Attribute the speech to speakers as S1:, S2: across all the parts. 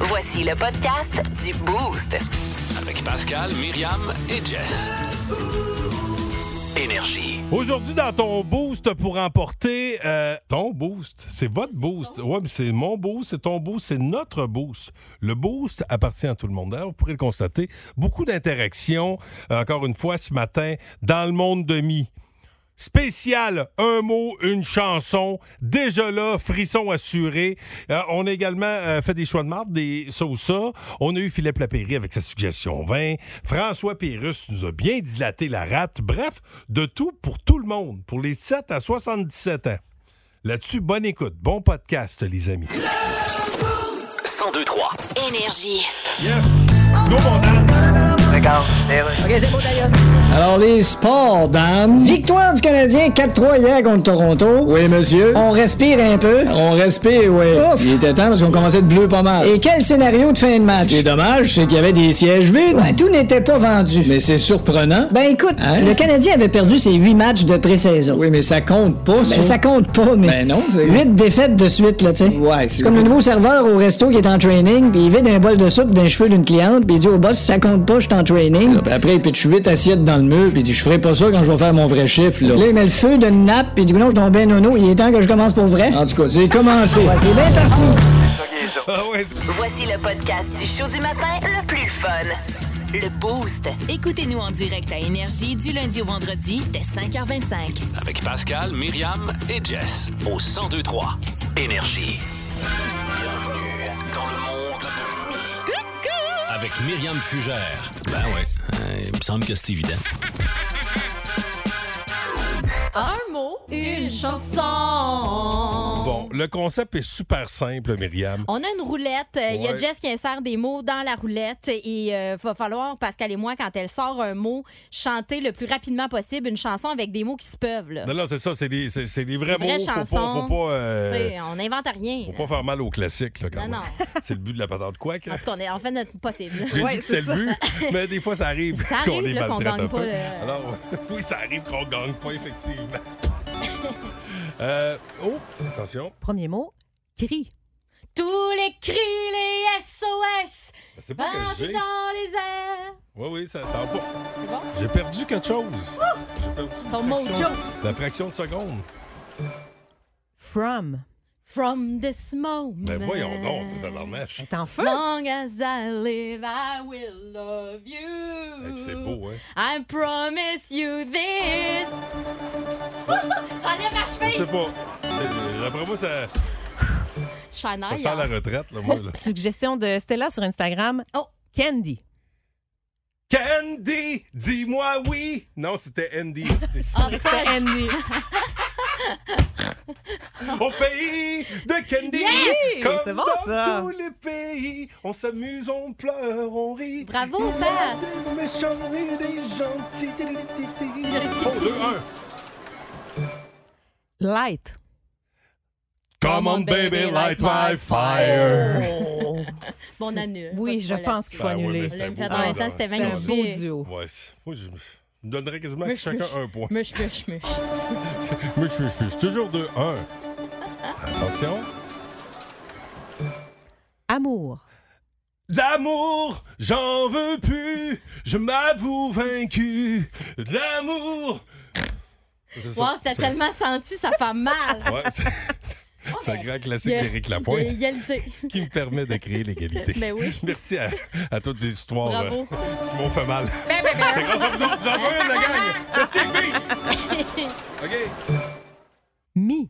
S1: Voici le podcast du Boost.
S2: Avec Pascal, Myriam et Jess. Énergie.
S3: Aujourd'hui, dans ton boost pour emporter. euh, ton boost, c'est votre boost. Oui, mais c'est mon boost, c'est ton boost, c'est notre boost. Le boost appartient à tout le monde. D'ailleurs, vous pourrez le constater. Beaucoup d'interactions, euh, encore une fois, ce matin, dans le monde de mi. Spécial, un mot, une chanson. Déjà là, frisson assuré. Euh, on a également euh, fait des choix de marde, des ça ou ça. On a eu Philippe Lapéry avec sa suggestion 20. François Pérus nous a bien dilaté la rate. Bref, de tout pour tout le monde, pour les 7 à 77 ans. Là-dessus, bonne écoute, bon podcast, les amis.
S2: 1023.
S1: Énergie.
S3: Yes! Let's go, mon Dan!
S4: Alors, les sports, Dan. Victoire du Canadien 4-3 hier contre Toronto. Oui, monsieur. On respire un peu. On respire, oui. Il était temps parce qu'on commençait de bleu pas mal. Et quel scénario de fin de match? Ce qui est dommage, c'est qu'il y avait des sièges vides. tout n'était pas vendu. Mais c'est surprenant. Ben écoute, le Canadien avait perdu ses 8 matchs de pré-saison. Oui, mais ça compte pas, Ben, ça. ça compte pas, mais... Ben non, c'est... 8 défaites de suite, là, tu sais. Ouais, c'est... comme le nouveau serveur au resto qui est en training, puis il vide un bol de soupe d'un cheveu d'une cliente, puis il dit au boss, ça compte pas, je suis en training. après, il pitch 8 assiettes dans le mur, puis il dit, je ferai pas ça quand je vais faire mon vrai chiffre, là. Là, il met le feu d'une nappe, puis il dit, non, je tombe bien nono, il est temps que je commence pour vrai. En tout cas, c'est commencé. c'est bien parti.
S3: Ah ouais, c'est-
S1: Voici le podcast du show du matin le plus fun. Le Boost.
S5: Écoutez-nous en direct à Énergie du lundi au vendredi dès 5h25.
S2: Avec Pascal, Myriam et Jess. Au 1023. Énergie. Bienvenue dans le monde de Avec Myriam Fugère. Ben ouais. euh, il me semble que c'est évident.
S6: Un mot, une chanson.
S3: Bon, le concept est super simple, Myriam.
S6: On a une roulette. Euh, Il y a
S3: Ouais.
S6: Jess qui insère des mots dans la roulette et euh, va falloir, Pascal et moi, quand elle sort un mot, chanter le plus rapidement possible une chanson avec des mots qui se peuvent. là.
S3: Non, non, c'est ça, c'est des, c'est- c'est des vrais
S6: Des vraies
S3: mots. Faut pas,
S6: chansons.
S3: faut pas, euh,
S6: Tu sais, on n'invente rien.
S3: faut
S6: là.
S3: pas faire mal aux classiques, là, quand
S6: Non,
S3: même. C'est le but de la patate couac.
S6: En tout cas, on, est- on fait notre possible.
S3: J'ai dit que c'est le but, mais des fois, ça arrive
S6: Ça
S3: qu'on
S6: arrive,
S3: les
S6: là, qu'on
S3: maltraite
S6: gagne
S3: un peu.
S6: pas le-
S3: Alors, oui, ça arrive qu'on gagne pas, effectivement. Euh, oh, attention.
S7: Premier mot, cri.
S6: Tous les cris, les SOS,
S3: Ben, C'est pas que
S6: partis
S3: j'ai.
S6: Ah, dans les airs.
S3: Oui, oui, ça, ça va pas. J'ai perdu quelque chose. J'ai perdu
S6: Ah!
S3: une
S6: Ton
S3: fraction-
S6: mojo.
S3: La fraction de seconde.
S7: From.
S6: From this moment.
S3: Ben voyons donc, t'es dans la mèche.
S7: T'es en feu?
S6: Long as I live, I will love you.
S3: Hey, puis c'est beau, hein?
S6: I promise you this. Enlève ma
S3: Je sais
S6: cheville.
S3: pas. C'est- D'après moi, ça, ça
S6: Chanel.
S3: sent la retraite, là, moi. Là.
S7: Suggestion de Stella sur Instagram.
S6: Oh.
S7: Candy.
S3: Candy, dis-moi oui. Non, c'était Andy.
S6: Ah, fudge.
S7: Candy.
S3: Au pays de Candy.
S7: Yes!
S3: Comme
S7: C'est bon,
S3: dans
S7: ça.
S3: tous les pays, on s'amuse, on pleure, on rit.
S6: Bravo,
S3: Il y a
S6: Bass.
S3: Des méchants et des gentils. Tiri, tiri, tiri. Bon, deux, un.
S7: Light.
S3: Come on, baby, light my fire.
S6: Mon anus.
S7: Oui, je pense qu'il faut
S3: Ben oui,
S7: annuler.
S3: mais
S6: Je l'ai
S3: C'était
S6: fait
S3: beau,
S6: dans un
S3: ça.
S6: temps, c'était
S7: C'est un beau
S6: magnifique.
S7: duo.
S3: Ouais, c'est- moi, je me je me donnerais quasiment
S6: Mush,
S3: chacun
S6: mush.
S3: un point.
S6: Mush, mush, mush.
S3: Moi, je suis- je suis toujours de 1. Attention.
S7: Amour.
S3: D'amour, j'en veux plus, je m'avoue vaincu. De L'amour. C'est ça.
S6: Wow, c'était tellement senti, ça fait mal.
S3: Ouais, c'est- c'est- c'est un grand classique
S6: Oh, Il y a-
S3: d'Éric
S6: Des
S3: Lapointe
S6: égalités.
S3: qui me permet de créer l'égalité.
S6: Ben oui.
S3: Merci à, à toutes les histoires
S6: Bravo. Ben,
S3: euh, qui m'ont fait mal. C'est grâce à vous autres, vous en faites une, la gang. Merci, les filles. OK.
S7: Mi.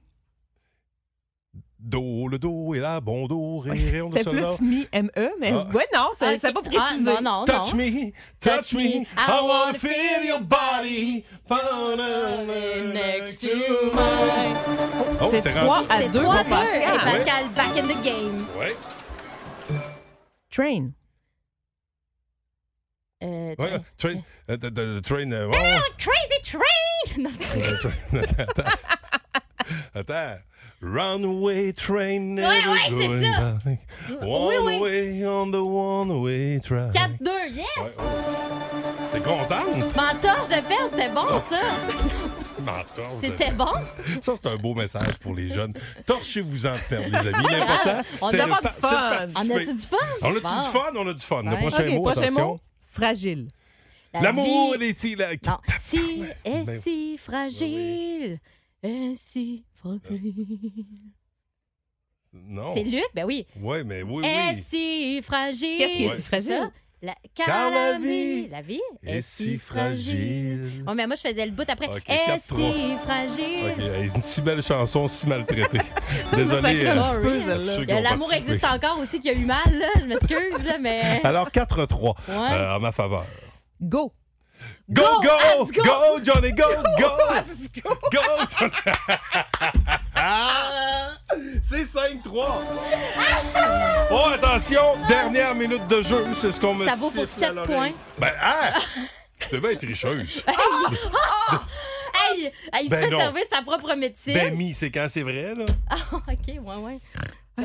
S3: Do, le do et la bon do, ré, ré, on de
S7: C'était
S3: cela.
S7: plus mi, M-E, mais
S3: Ah.
S7: ouais, non, ça
S6: Ah,
S7: n'a pas
S6: ok.
S7: précisé.
S6: Ah, non, non,
S3: Touch
S6: non.
S3: me, touch me, I wanna feel your body.
S6: Next to mine.
S3: Oh,
S7: C'est trois
S3: rendu.
S7: à
S6: C'est
S7: deux
S6: trois
S7: pour
S6: deux.
S3: Ah,
S6: Et
S7: Pascal.
S6: Pascal, back in the game.
S3: Ouais.
S7: Train.
S6: Euh,
S3: Ouais,
S6: train.
S3: train, euh, the- the- the train, euh, ouais, ouais.
S6: Crazy train! Non, c'est-
S3: Euh, train- Attends. Attends. Runaway train.
S6: Ouais, ouais, c'est ça.
S3: One
S6: oui.
S3: way on the one way train.
S6: 4-2, yes!
S3: Ouais, ouais. T'es contente?
S6: M'entorche de perdre, c'était bon, ça!
S3: Mentor, vous
S6: C'était bon?
S3: avez- Ça, c'est un beau message pour les jeunes. Torchez-vous-en de perdre, les amis. L'important,
S7: On
S3: c'est de
S7: demande
S3: fa-
S7: du
S3: c'est
S7: fun.
S3: de
S6: On
S3: participer.
S6: a-tu du fun?
S3: On a-tu
S6: Bon.
S3: du fun? On a du fun. Le
S6: Ouais.
S3: prochain
S7: OK,
S3: mot,
S7: prochain
S3: attention.
S7: mot. Fragile.
S6: La
S3: L'amour,
S6: vie-
S3: les petits, là, qui-
S6: Non. Si est
S3: Ben-
S6: si fragile. Est si fragile.
S3: Non.
S6: C'est Luc? Ben oui.
S3: Oui, mais Oh. oui,
S6: Est
S3: oui.
S6: si fragile.
S7: Qu'est-ce qui est
S3: Ouais.
S7: si fragile?
S6: Ça, la- car, la vie. La vie
S3: Et si fragile.
S6: Oh, mais moi, je faisais le bout après.
S3: Ok,
S6: est
S3: quatre, trois.
S6: si fragile.
S3: OK, hey, une si belle chanson, si maltraitée. Désolé.
S7: Ça
S3: euh,
S7: craint
S6: euh,
S7: un petit peu, celle-là.
S3: ceux qui ont
S6: L'amour
S3: participé.
S6: existe encore aussi, qui a eu mal, là. Je m'excuse, là, mais.
S3: Alors, 4-3
S6: Ouais.
S3: euh, en ma faveur.
S7: Go.
S3: Go,
S6: Go,
S3: go,
S6: let's
S3: go,
S6: go.
S3: Johnny, go, go,
S6: Ah,
S7: go.
S3: go, Johnny. Ah, C'est 5-3. Oh, attention, dernière minute de jeu, c'est ce qu'on me
S6: Ça vaut pour
S3: siffle à
S6: sept
S3: l'oreille.
S6: points. Bah,
S3: Ben, ah! Je vais être richeuse.
S6: Hey! Hey, il
S3: Ben
S6: se fait
S3: non.
S6: servir sa propre médecine.
S3: Ben, mi, c'est quand c'est vrai, là.
S6: OK, ouais, ouais.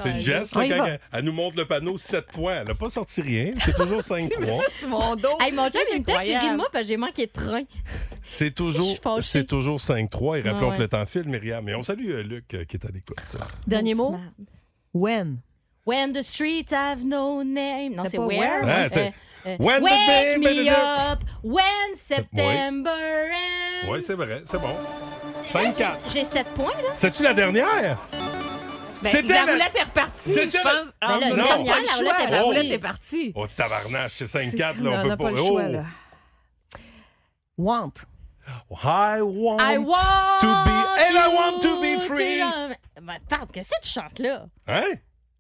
S3: C'est Jess,
S7: On
S3: là,
S7: y
S3: quand
S7: va.
S3: elle, elle nous montre le panneau 7 points. Elle n'a pas sorti rien. C'est toujours 5-3.
S7: C'est mon dos.
S6: Hey, mon chum, il me tête, il rit de
S7: Incroyable.
S6: moi parce que j'ai manqué de train.
S3: C'est
S6: Je
S3: toujours,
S6: suis fâchée.
S3: c'est toujours 5-3. Et rappelons
S6: Ah ouais.
S3: que le temps file, Myriam. Et on salue euh, Luc euh, qui est à l'écoute.
S7: Dernier
S6: Petite
S7: mot.
S6: marde.
S7: When.
S6: When the streets have no name. Non,
S7: C'est
S6: c'est
S7: pas
S6: where.
S7: where?
S3: Ah,
S6: Euh,
S3: t'sais,
S6: euh,
S3: when the
S6: wake
S3: baby-
S6: me up when September ends.
S3: Oui, c'est vrai. C'est bon. 5-4.
S6: J'ai 7 points, là.
S3: C'est-tu la dernière?
S7: Ben,
S3: C'était
S7: la
S3: la-
S7: roulette est repartie,
S3: C'était
S7: je
S3: la-
S6: Ben là,
S7: pense. on
S3: non.
S7: n'a pas le
S6: dernière, la
S7: choix.
S6: roulette est
S7: La
S3: partie.
S7: roulette est partie.
S3: Oh, tabarnache, c'est 5-4.
S7: Non,
S3: Là, on
S7: on
S3: peut
S7: n'a
S3: pas.
S7: pas le
S3: oh.
S7: choix, là. Want.
S3: I want,
S6: I want
S3: to be. And I want to
S6: you
S3: be free.
S6: to- Ben, Pardon, qu'est-ce que tu chantes, là?
S3: Hein?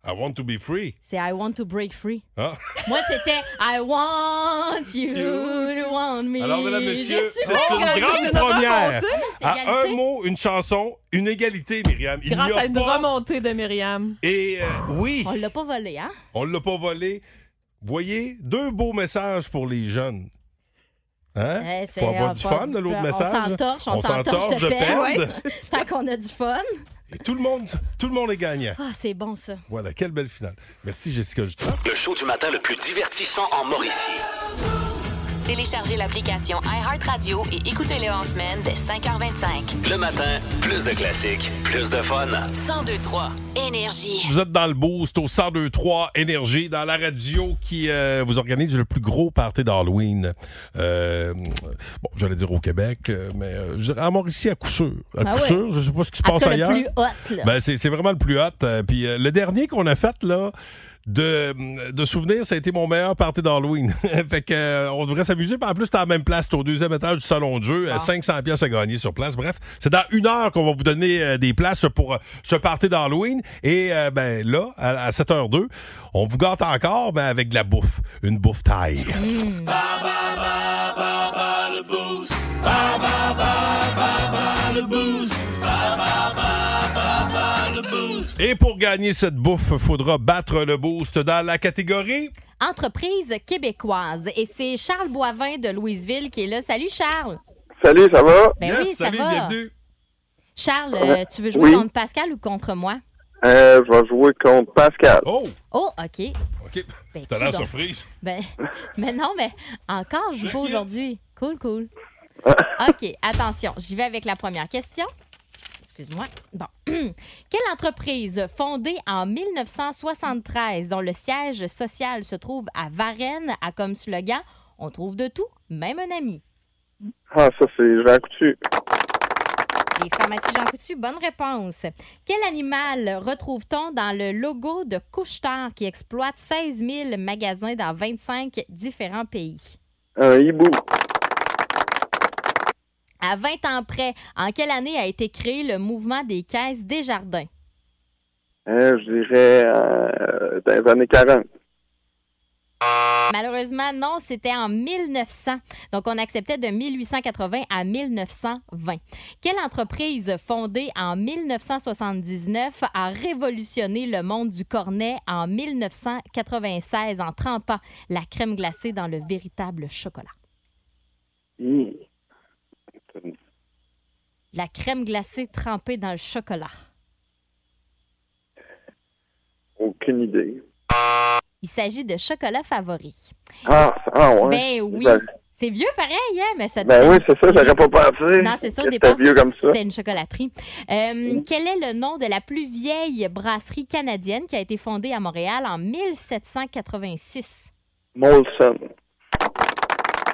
S3: I want to be free.
S6: C'est I want to break free.
S3: Ah.
S6: Moi, c'était I want you
S3: You
S6: to want me.
S3: Alors, mesdames,
S6: Je
S3: messieurs,
S6: suis
S3: c'est
S6: bon.
S3: une grande
S7: notre
S3: première.
S7: remontée.
S3: À un
S6: Égalité. mot,
S3: mot, une chanson, une égalité, Myriam. Il
S7: Grâce
S3: n'y a
S7: à une
S3: pas...
S7: remontée de Myriam.
S3: Et euh, oui,
S6: On l'a pas volé, hein?
S3: on l'a pas volé. Voyez, deux beaux messages pour les jeunes. Hein?
S6: Eh, c'est-
S3: Faut avoir
S6: on
S3: du
S6: parle
S3: fun
S6: du
S3: de l'autre
S6: fun. On
S3: message.
S6: s'entorche, on s'entorche de perdre.
S3: perdre.
S6: Tant qu'on a du fun.
S3: Et tout le monde, tout le monde est gagnant.
S6: Ah, c'est bon, ça.
S3: Voilà, quelle belle finale. Merci Jessica Jutra.
S2: Le show du matin le plus divertissant en Mauricie.
S5: Téléchargez l'application iHeartRadio et écoutez-le en semaine dès 5h25.
S2: Le matin, plus de classiques, plus de fun.
S5: 1023 Énergie.
S3: Vous êtes dans le boost au 1023 Énergie, dans la radio qui euh, vous organise le plus gros party d'Halloween. Euh, bon, j'allais dire au Québec, euh, mais euh, je dirais à Mauricie, à coup sûr. À
S6: Ah
S3: coup
S6: ouais.
S3: sûr, je sais pas ce qui se
S6: En tout
S3: passe
S6: cas,
S3: ailleurs.
S6: le plus hot, là.
S3: Ben, c'est c'est vraiment le plus hot. Euh, Puis euh, le dernier qu'on a fait, là, de, de souvenir, ça a été mon meilleur party d'Halloween. fait que, euh, on devrait s'amuser. Puis en plus, t'es à la même place, t'es au deuxième étage du salon de
S6: Ah.
S3: jeu. Euh, 500 pièces à gagner sur place. Bref, c'est dans une heure qu'on va vous donner euh, des places pour euh, ce party d'Halloween. Et euh, ben là, à, à 7h02, on vous gâte encore ben, avec de la bouffe. Une bouffe taille. Et pour gagner cette bouffe, faudra battre le boost dans la catégorie...
S6: Entreprise québécoise. Et c'est Charles Boivin de Louisville qui est là. Salut, Charles.
S8: Salut, ça va?
S6: Ben
S3: Yes,
S6: oui, ça
S3: salut,
S6: va.
S3: bienvenue.
S6: Charles, euh, tu veux jouer
S8: Oui.
S6: contre Pascal ou contre moi?
S8: Euh, je vais jouer contre Pascal.
S3: Oh,
S6: Oh, OK.
S3: OK.
S6: Ben,
S3: T'as l'air
S6: coudonc.
S3: surprise.
S6: Ben, mais non, mais encore, je joue pas
S3: Tranquille.
S6: aujourd'hui. Cool, cool. OK, attention, j'y vais avec la première question. Excuse-moi. Bon. Quelle entreprise fondée en 1973 dont le siège social se trouve à Varennes a comme slogan On trouve de tout, même un ami?
S8: Ah, ça, c'est Jean Coutu.
S6: Les pharmacies Jean Coutu, bonne réponse. Quel animal retrouve-t-on dans le logo de Couchetard qui exploite 16 000 magasins dans 25 différents pays?
S8: Un hibou.
S6: À 20 ans près, en quelle année a été créé le mouvement des caisses Desjardins?
S8: Euh, je dirais euh, dans les années 40.
S6: Malheureusement, non, c'était en 1900. Donc, on acceptait de 1880 à 1920. Quelle entreprise fondée en 1979 a révolutionné le monde du cornet en 1996 en trempant la crème glacée dans le véritable chocolat?
S8: Hi.
S6: La crème glacée trempée dans le chocolat.
S8: Aucune idée.
S6: Il s'agit de chocolat favori.
S8: Ah, ça, ah ouais.
S6: Ben oui,
S8: Ben,
S6: C'est vieux pareil, hein, mais ça
S8: Ben oui, c'est ça, j'aurais pas pensé.
S6: Non, c'est ça,
S8: que C'était
S6: au départ,
S8: vieux comme ça. Mm.
S6: c'était une chocolaterie. Euh, Quel est le nom de la plus vieille brasserie canadienne qui a été fondée à Montréal en 1786?
S8: Molson.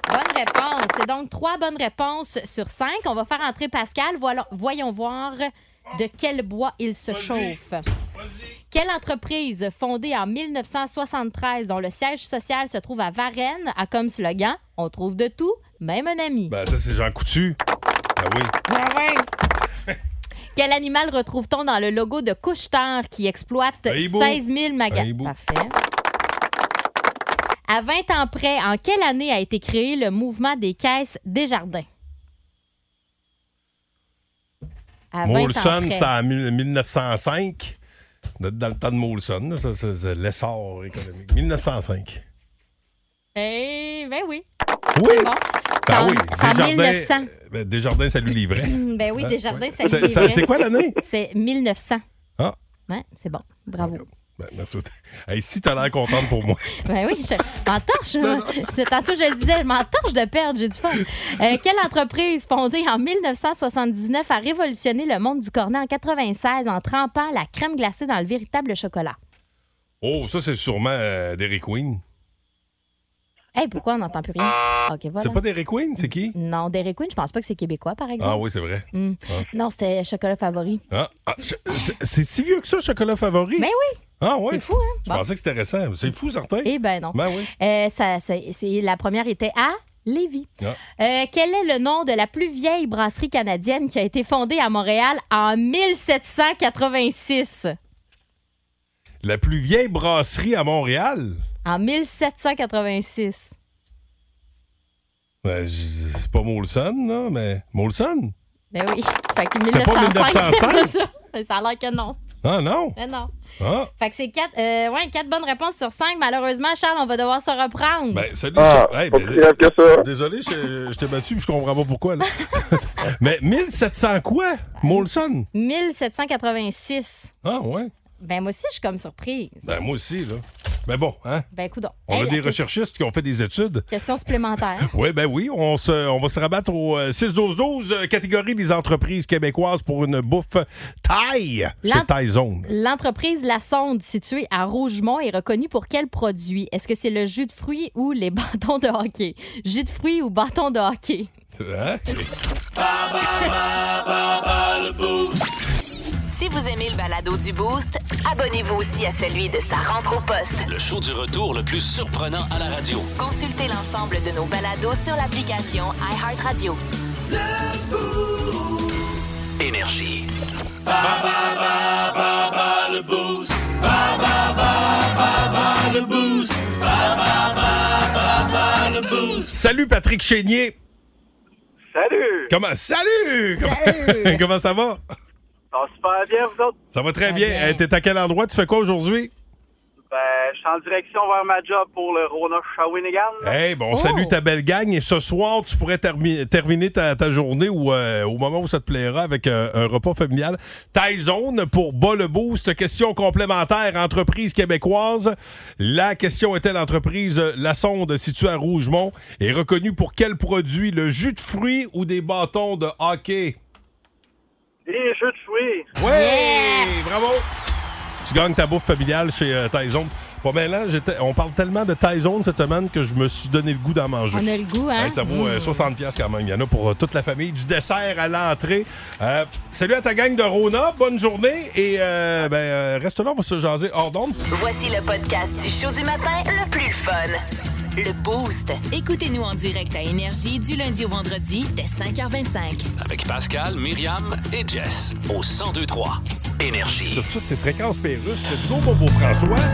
S6: Bonne réponse. C'est donc trois bonnes réponses sur cinq. On va faire entrer Pascal. Voilà- voyons voir de quel bois il se chauffe. Quelle entreprise fondée en 1973 dont le siège social se trouve à Varennes a comme slogan On trouve de tout, même un ami.
S3: Ben, ça, c'est Jean Coutu. Ben oui.
S6: Quel animal retrouve-t-on dans le logo de Couche-Tard qui exploite
S3: Un hibou.
S6: 16 000
S3: Un
S6: magasins?
S3: hibou.
S6: Parfait. À 20 ans près, en quelle année a été créé le mouvement des caisses Desjardins? À 20 ans
S3: Molson,
S6: près.
S3: c'est en mille- 1905. Dans- Dans le temps de Molson, là, ça, ça, c'est l'essor économique. 1905.
S6: Eh ben oui,
S3: Oui!
S6: c'est bon. C'est
S3: Ben
S6: en-
S3: oui,
S6: c'est en 1900.
S3: Ben, Desjardins, ça lui livrait.
S6: Ben oui,
S3: Hein?
S6: Desjardins, ça
S3: C'est-
S6: lui
S3: ça-
S6: est
S3: C'est
S6: vrai.
S3: quoi l'année?
S6: C'est 1900.
S3: Ah.
S6: Ouais, c'est bon. Bravo.
S3: Ben, merci. Hey, si t'as l'air contente pour moi.
S6: Ben oui, je m'entorche. C'est tantôt je le disais, je m'entorche de perdre, j'ai du fun. Euh, quelle entreprise fondée en 1979 a révolutionné le monde du cornet en 96 en trempant la crème glacée dans le véritable chocolat?
S3: Oh, ça, c'est sûrement euh, Derek Queen.
S6: Hey, pourquoi on n'entend plus rien? OK, voilà.
S3: C'est pas Derek Queen, c'est qui?
S6: Non, Derek Queen, je pense pas que c'est québécois, par exemple.
S3: Ah oui, c'est vrai.
S6: Hmm. Non, c'était chocolat favori.
S3: Ah, ah, ch- c'est- c'est si vieux que ça, chocolat favori?
S6: Ben oui,
S3: ah oui?
S6: c'est fou, hein?
S3: Je
S6: Bon.
S3: pensais que c'était récent. C'est fou, certain.
S6: Eh ben non.
S3: Ben oui.
S6: Euh, ça, c'est- c'est- la première était à Lévis.
S3: Ah.
S6: Euh, quel est le nom de la plus vieille brasserie canadienne qui a été fondée à Montréal en 1786?
S3: La plus vieille brasserie à Montréal?
S6: En 1786.
S3: Ben, je- c'est pas Molson, là, mais. Molson?
S6: Ben oui. Fait que
S3: C'était pas
S6: 1905, c'est pas
S3: 1905?
S6: ça. Ça a l'air que non.
S3: Ah non!
S6: Mais non.
S3: Ah!
S6: Fait que c'est quatre, euh, ouais, quatre bonnes réponses sur cinq. Malheureusement, Charles, on va devoir se reprendre.
S3: Ben, salut!
S8: Ah,
S3: Charles. Hey,
S8: pas
S3: ben,
S8: plus grave que ça.
S3: Désolé, je, je t'ai battu, puis je comprends pas pourquoi. là. mais 1700 quoi? Molson?
S6: 1786.
S3: Ah ouais?
S6: Ben moi aussi, je suis comme surprise.
S3: Ben moi aussi, là. Ben bon, hein?
S6: Ben coudon.
S3: On
S6: Hey,
S3: a
S6: la
S3: des
S6: que-
S3: recherchistes qui ont fait des études.
S6: Question supplémentaire.
S3: Oui, ben oui, on, se- on va se rabattre au euh, 6-12-12, euh, catégorie des entreprises québécoises pour une bouffe taille chez
S6: L'en-
S3: Taille Zone.
S6: L'entreprise La Sonde, située à Rougemont, est reconnue pour quel produit? Est-ce que c'est le jus de fruits ou les bâtons de hockey? Jus de fruits ou bâtons de hockey?
S3: Hein?
S5: Si vous aimez le balado du Boost,
S1: Abonnez-vous aussi à celui de sa rentre au poste.
S2: Le show du retour le plus surprenant à la radio.
S5: consultez l'ensemble de nos balados sur l'application iHeartRadio.
S2: Énergie.
S3: Salut Patrick Chénier.
S8: Salut!
S3: Comment? Salut! Comment-
S6: Salut!
S3: Comment ça va?
S8: Ça super bien, vous autres?
S3: Ça va très
S6: Très
S3: bien.
S6: bien.
S3: Euh, T'es à quel endroit? Tu fais quoi aujourd'hui?
S8: Ben, je suis en direction vers ma job pour le Rona Shawinigan.
S3: Eh, bon, on
S6: Oh!
S3: salue ta belle gang. Et ce soir, tu pourrais termi- terminer ta, ta journée ou euh, au moment où ça te plaira avec euh, un repas familial. Taille zone pour bas le boost. Question complémentaire, entreprise québécoise. La question était l'entreprise euh, La Sonde située à Rougemont est reconnue pour quel produit? Le jus de fruits ou des bâtons de hockey?
S8: Les jeux de fruits.
S3: Oui! Bravo! Tu gagnes ta bouffe familiale chez euh, Taille Zone. Pas mal, là, j'étais- on parle tellement de Taille Zone cette semaine que je me suis donné le goût d'en manger.
S6: On a le goût, hein?
S3: Hey, ça vaut euh, 60 pièces quand même. Il y en a pour euh, toute la famille. Du dessert à l'entrée. Euh, salut à ta gang de Rona. Bonne journée. Et euh, ben, euh, reste là, on va se jaser hors d'onde.
S1: Voici le podcast du show du matin le plus fun. Le Boost.
S5: Écoutez-nous en direct à Énergie du lundi au vendredi dès 5h25.
S2: Avec Pascal, Myriam et Jess au 1023 Énergie.
S3: Tout de suite, c'est Fréquence Pérusse. Fais du go, mon beau François.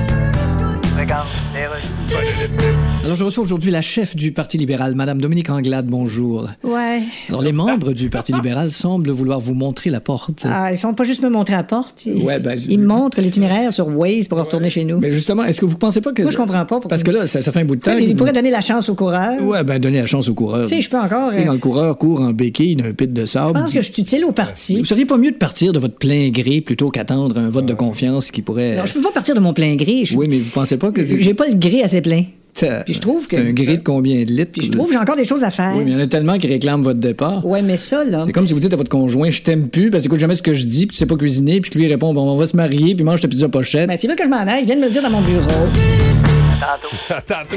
S8: Regarde, les rues.
S4: Alors, je reçois aujourd'hui la chef du Parti libéral, Madame Dominique Anglade. Bonjour.
S9: Ouais.
S4: Alors, les membres du Parti libéral semblent vouloir vous montrer la porte.
S9: Ah, ils font pas juste me montrer la porte. Ils,
S4: Ouais, ben,
S9: ils me montrent l'itinéraire sur Waze pour retourner chez nous.
S4: Mais justement, est-ce que vous pensez pas que.
S9: Moi, je comprends pas. Pourquoi...
S4: Parce que là, ça, ça fait un bout de temps.
S9: ils pourraient donner la chance au coureur.
S4: Ouais, ben, donner la chance au coureur.
S9: Tu sais, je peux encore.
S4: Tu sais,
S9: euh,
S4: quand le coureur court en béquille d'un pit de
S9: Je
S4: sable.
S9: pense que je suis utile au parti.
S4: Vous seriez pas mieux de partir de votre plein gré plutôt qu'attendre un vote de confiance qui pourrait.
S9: Non, je peux pas partir de mon plein gré. Je-
S4: Oui, mais vous pensez pas que. c'est-
S9: J'ai pas le gré assez plein. euh, Puis je trouve que.
S4: T'as un gris de combien de litres?
S9: Puis je trouve que j'ai encore des choses à faire.
S4: Oui, mais il y en a tellement qui réclament votre départ.
S9: Ouais, mais ça, là.
S4: C'est comme si vous dites à votre conjoint, je t'aime plus, parce que écoute jamais ce que je dis, puis tu sais pas cuisiner, puis que lui il répond, bon, on va se marier, puis mange ta pizza pochette.
S9: Ben, s'il veut que je m'en aille, viens de me le dire dans mon bureau.
S3: Attends, attends.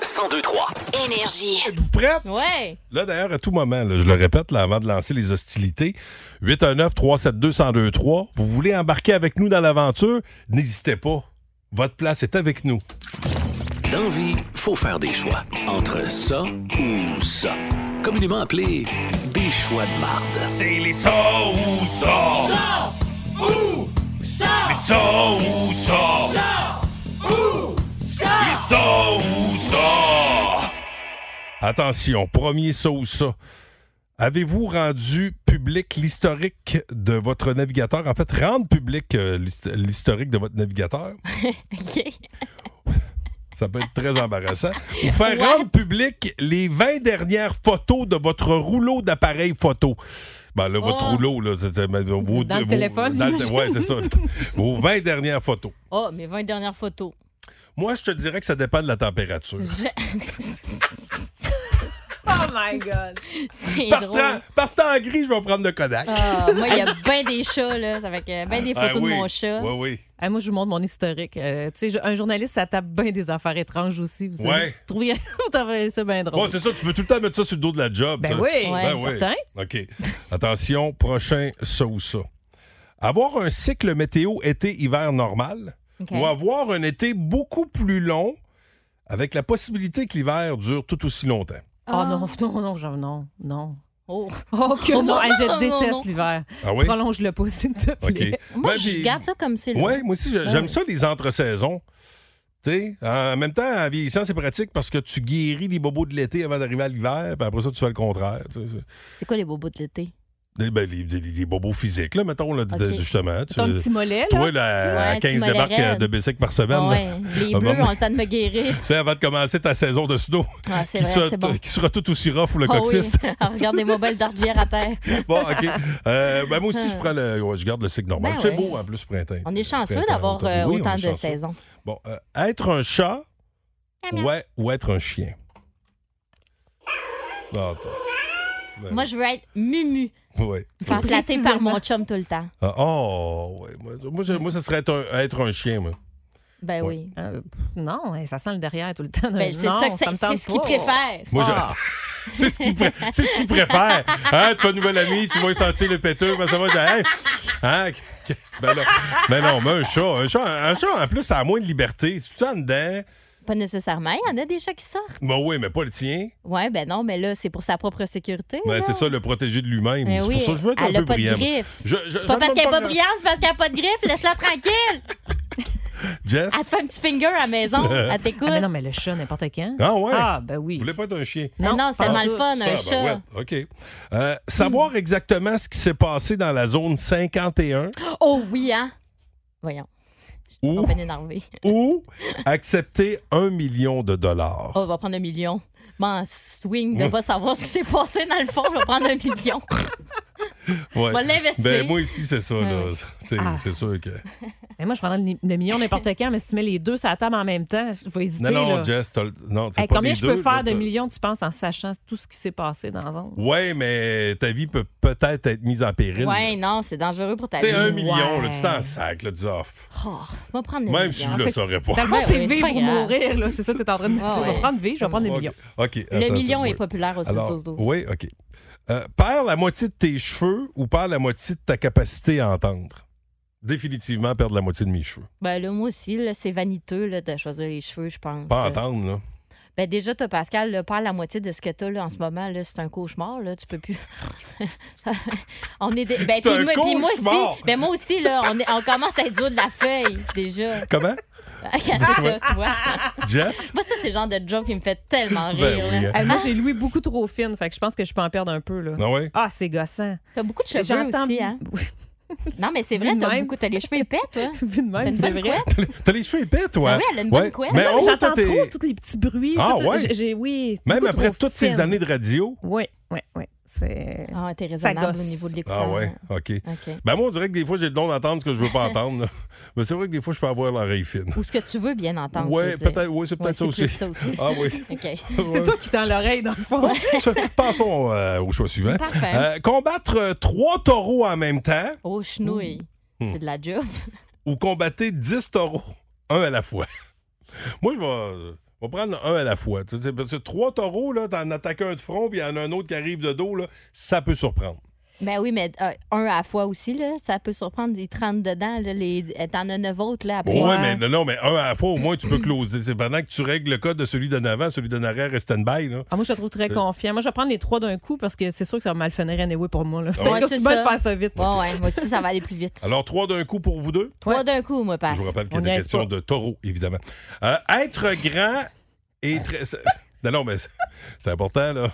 S2: 1023.
S5: Énergie.
S3: Êtes-vous prête?
S6: Ouais.
S3: Là, d'ailleurs, à tout moment, là, je le répète là, avant de lancer les hostilités, 819-372-1023, vous voulez embarquer avec nous dans l'aventure? N'hésitez pas. Votre place est avec nous.
S2: Dans vie, faut faire des choix. Entre ça ou ça. Communément appelé des choix de marde.
S3: C'est les ça ou ça! Ça ou ça! Les ça ou ça! Ça ou ça! Les ça ou ça! Attention, premier ça ou ça. Avez-vous rendu public l'historique de votre navigateur? En fait, rendre public euh, l'hist- l'historique de votre navigateur?
S6: OK.
S3: Ça peut être très embarrassant. Ou faire
S6: What?
S3: rendre public les 20 dernières photos de votre rouleau d'appareil photo. Ben là, votre
S6: Oh.
S3: rouleau, là, c'est... c'est- vos-
S7: Dans le
S3: vos-
S7: téléphone,
S3: dans le-
S7: j'imagine.
S3: Ouais, c'est ça. Vos 20 dernières photos.
S6: Oh, mes 20 dernières photos.
S3: Moi, je te dirais que ça dépend de la température.
S6: Je-
S7: Oh my God.
S6: C'est
S3: Partant,
S6: drôle.
S3: partant en gris, je vais prendre le Kodak.
S6: Ah, moi, il y a bien des chats, là. Ça fait que bien des
S3: Ah
S6: photos
S3: oui.
S6: de mon chat.
S3: Oui, oui.
S7: Ah, moi, je vous montre mon historique. Euh, tu sais, je- un journaliste, ça tape bien des affaires étranges aussi. Vous
S3: Ouais.
S7: savez, vous trouvez, vous trouvez ça bien drôle.
S3: Bon, c'est ça, tu peux tout le temps mettre ça sur le dos de la job.
S7: Oh. ben
S3: toi.
S7: oui,
S3: Ben oui.
S7: certain.
S3: OK. Attention, prochain ça ou ça. Avoir un cycle météo été-hiver normal
S6: OK.
S3: ou avoir un été beaucoup plus long avec la possibilité que l'hiver dure tout aussi longtemps.
S7: Oh non, non, non, genre, non, non.
S6: Oh.
S7: Oh que
S6: Ah. Oh,
S7: non,
S6: non,
S7: Hey, je
S6: non, non.
S7: déteste l'hiver.
S3: Ah oui?
S7: Prolonge-le pas, s'il te
S3: OK.
S7: plaît.
S6: Moi,
S3: Ouais,
S6: je
S3: puis-
S6: garde ça comme c'est là.
S3: Ben, Ouais, moi aussi, je- j'aime ça, les entre-saisons. Tu sais, en même temps, en vieillissant, c'est pratique parce que tu guéris les bobos de l'été avant d'arriver à l'hiver, puis après ça, tu fais le contraire. tu sais, c'est-
S6: C'est quoi les bobos de l'été?
S3: des- ben, les, des- des bobos physiques, là, mettons, là, de-
S6: OK.
S3: de- justement. Tu-
S7: Ton petit mollet, là.
S3: toi, là, à
S6: Ouais, tu
S3: 15
S6: m'as l'air
S3: débarques euh,
S6: raide.
S3: de bicycle par semaine.
S6: Ah
S3: là.
S6: Ouais, les
S3: Un
S6: bleus
S3: moment-
S6: ont le temps de me guérir.
S3: Tu sais, avant de commencer ta saison de snow,
S6: Ah, c'est
S3: qui, sera,
S6: vrai, c'est bon.
S3: qui sera tout aussi rough pour le
S6: Ah oui.
S3: coccyx.
S6: Ah, regarde des mobiles d'ardière à terre.
S3: Bon, OK. Euh, ben, moi aussi, je prends le. ouais, je garde le cycle normal.
S6: Ah. Ben
S3: c'est
S6: ouais.
S3: beau, en plus, printemps.
S6: On est chanceux
S3: Printemps,
S6: d'avoir
S3: automne.
S6: euh,
S3: Oui, on
S6: autant
S3: est
S6: de
S3: chanceux.
S6: saisons.
S3: Bon, euh, être un chat ouais, ou être un chien. Ah, attends. Ben,
S6: Moi, je veux être mumu,
S3: ouais.
S6: faire flatter
S7: Précisément.
S6: par mon chum tout le temps.
S3: Ah, oh, ouais. Moi, moi, je- moi, ça serait être un, être un chien, moi.
S6: Ben
S3: Ouais.
S6: oui.
S7: Euh, pff, non, hey, ça sent le derrière tout le temps.
S6: Ben, c'est
S7: Euh, Non,
S6: ça que c'est,
S7: ça me
S6: c'est
S7: tente
S6: ce qu'il
S7: pas.
S6: préfère.
S3: Moi, je-
S7: Ah.
S3: c'est ce qu'il pré- c'est ce qu'il préfère. Hein, tu fais un nouvel ami, tu vas y sentir le péteux, ben ça va dire, hey, hein, que- que- ben, non, ben non, mais un chat, un chat, un chat, en plus, ça a moins de liberté. Si tu en dedans,
S6: Pas nécessairement. Il y en a des chats qui sortent.
S3: ben oui, mais pas le tien.
S6: Ouais, ben non, mais là, c'est pour sa propre sécurité.
S3: Ben,
S6: là.
S3: c'est ça, le protéger de lui-même.
S6: Ben
S3: c'est
S6: oui,
S3: pour ça que je veux être un
S6: elle a
S3: peu
S6: pas de
S3: brillant.
S6: griffes.
S3: Je- je-
S6: C'est
S3: j'en
S6: pas parce
S3: donne
S6: qu'elle est pas
S3: grand-
S6: brillante, c'est parce qu'elle a pas de griffes. Laisse-la tranquille.
S3: Jess?
S6: Elle te fait un petit finger à la maison. Elle t'écoute.
S7: Ah, mais non, mais le chat, n'importe quand.
S3: Ah ouais?
S7: Ah, ben oui.
S3: Vous voulez pas être un chien?
S6: non, c'est
S7: pas
S6: mal
S7: tout.
S6: le fun,
S3: Ça,
S6: un
S3: ben
S6: chat.
S3: ouais, OK. Euh, savoir exactement ce qui s'est passé dans la zone 51
S6: Oh oui, hein? Voyons, on
S3: ou,
S6: va énerver.
S3: ou accepter un million de dollars.
S6: Oh, on va prendre un million. M'en swing de pas savoir ce qui s'est passé dans le fond, je vais prendre un million.
S3: Ouais.
S6: On va l'investir.
S3: Ben, moi ici, c'est ça. là. T'sais,
S7: Ah.
S3: C'est sûr que.
S7: Mais moi, je prendrais le, le million n'importe quand, mais si tu mets les deux sur la table en même temps, je vais hésiter.
S3: Non, non,
S7: là.
S3: Jess, t'as le- non, t'as
S7: Hey,
S3: pas
S7: combien
S3: les
S7: je
S3: deux,
S7: peux
S3: là,
S7: faire de
S3: t'as-
S7: millions, tu penses, en sachant tout ce qui s'est passé dans la zone?
S3: Ouais, mais ta vie peut peut-être être mise en péril.
S6: Ouais, non, c'est dangereux pour ta
S3: Tu
S6: vie.
S3: sais, un million, là,
S7: ouais.
S3: tu t'en sac, là, tu dis, Ah, pff,
S6: Oh, on va prendre le
S3: même si
S6: million.
S3: je le saurais pas.
S7: Dans le fond,
S6: Ouais,
S7: Ah, c'est
S6: ouais, c'est
S7: vivre
S6: pas
S7: ou
S6: grave.
S7: mourir, là. C'est ça que tu es en train de me dire.
S6: Ah,
S7: Je vais
S6: ouais.
S7: prendre vivre, je vais prendre le
S3: Ok,
S7: million.
S3: ok,
S6: Le
S3: attends,
S6: million
S3: ça,
S6: est
S3: oui.
S6: populaire aussi,
S3: Alors,
S6: 12 12
S3: Oui, OK. Euh, perds la moitié de tes cheveux ou perds la moitié de ta capacité à entendre? Définitivement perdre la moitié de mes cheveux.
S6: Ben là, moi aussi, là, c'est vaniteux là, de choisir les cheveux, je pense.
S3: Pas
S6: là.
S3: entendre, là.
S6: Ben déjà, toi, Pascal, là, parle la moitié de ce que t'as là, en ce moment. Là, c'est un cauchemar, là. Tu peux plus. on est. des- Ben,
S3: C'est un
S6: puis moi, puis moi
S3: cauchemar!
S6: aussi. Ben moi aussi, là, on, est- on commence à être dur de la feuille, déjà.
S3: Comment?
S6: Ah, c'est ça, tu vois.
S3: Jess?
S6: Moi, ça, c'est le genre de joke qui me fait tellement rire.
S3: Ben oui,
S6: là.
S3: hein.
S7: Hey, moi, j'ai loué beaucoup trop fine, fait que je pense que je peux en perdre un peu, là.
S3: Ah ouais?
S7: Ah, c'est gossant.
S6: T'as beaucoup de cheveux
S7: J'entends-
S6: aussi, hein? Non, mais c'est vrai,
S7: Vu de
S6: t'as
S7: même.
S6: beaucoup. T'as les cheveux épais, toi.
S7: Vu de même,
S6: T'as une
S7: c'est
S6: bonne
S7: vrai.
S6: couette.
S3: T'as les cheveux épais, toi?
S6: Ah oui, elle a une bonne couette.
S3: Mais
S6: Non,
S3: oh, toi,
S7: J'entends
S3: t'es-
S7: trop tous les petits bruits.
S3: Ah,
S7: tout-
S3: ouais?
S7: j'ai- j'ai- oui.
S3: Même
S7: beaucoup
S3: après
S7: trop
S3: toutes ces
S7: fine.
S3: années de radio,
S7: Oui. Oui, oui. C'est...
S6: Ah, t'es raisonnable au
S7: gosse.
S6: niveau de l'écouteur.
S3: Ah ouais, OK.
S6: OK.
S3: Ben moi, on dirait que des fois, j'ai le don d'entendre ce que je veux pas entendre. là. Mais c'est vrai que des fois, je peux avoir l'oreille fine.
S6: Ou ce que tu veux bien entendre. tu
S3: Oui,
S6: veux dire.
S3: peut-être, oui, c'est
S6: Ouais,
S3: peut-être ça,
S6: c'est
S3: aussi.
S6: plus ça aussi.
S3: Ah oui.
S6: OK.
S7: C'est toi qui tends l'oreille, dans le fond.
S3: Passons euh, au choix suivant.
S6: Parfait.
S3: Euh, combattre euh, trois taureaux en même temps
S6: Oh, chenouille.
S3: Hmm.
S6: C'est de la job.
S3: ou combattre dix taureaux, un à la fois. Moi, je vais, je vais prendre un à la fois. Tu sais, parce que trois taureaux, là, t'en attaques un de front, puis il y en a un autre qui arrive de dos, là, ça peut surprendre.
S6: Ben oui, mais euh, un à la fois aussi, là, ça peut surprendre. Ils te rentrent dedans. Là, les... euh, T'en as neuf autres là, après.
S3: Ouais, mais non, non, mais un à la fois, au moins, tu peux closer. C'est pendant que tu règles le code de celui d'en avant, celui d'en arrière reste stand-by. là.
S7: Ah, moi, je le trouve très
S3: C'est-
S7: confiant. Moi, je vais prendre les trois d'un coup parce que c'est sûr que ça va mal finir anyway pour
S3: Ah
S7: moi. Là. Fait
S6: Ouais,
S7: que
S6: c'est
S7: c'est bon de
S6: ça.
S7: faire ça vite.
S6: Ouais, ouais, moi aussi, ça va aller plus vite.
S3: Alors, trois d'un coup pour vous deux.
S6: Trois d'un coup, moi, passe.
S3: Ah. Je vous rappelle qu'il
S7: On
S3: y a des
S7: niaise
S3: questions
S7: pas.
S3: de taureau, évidemment. Euh, être grand et très. c'est- Non, non, mais c'est- c'est important, là.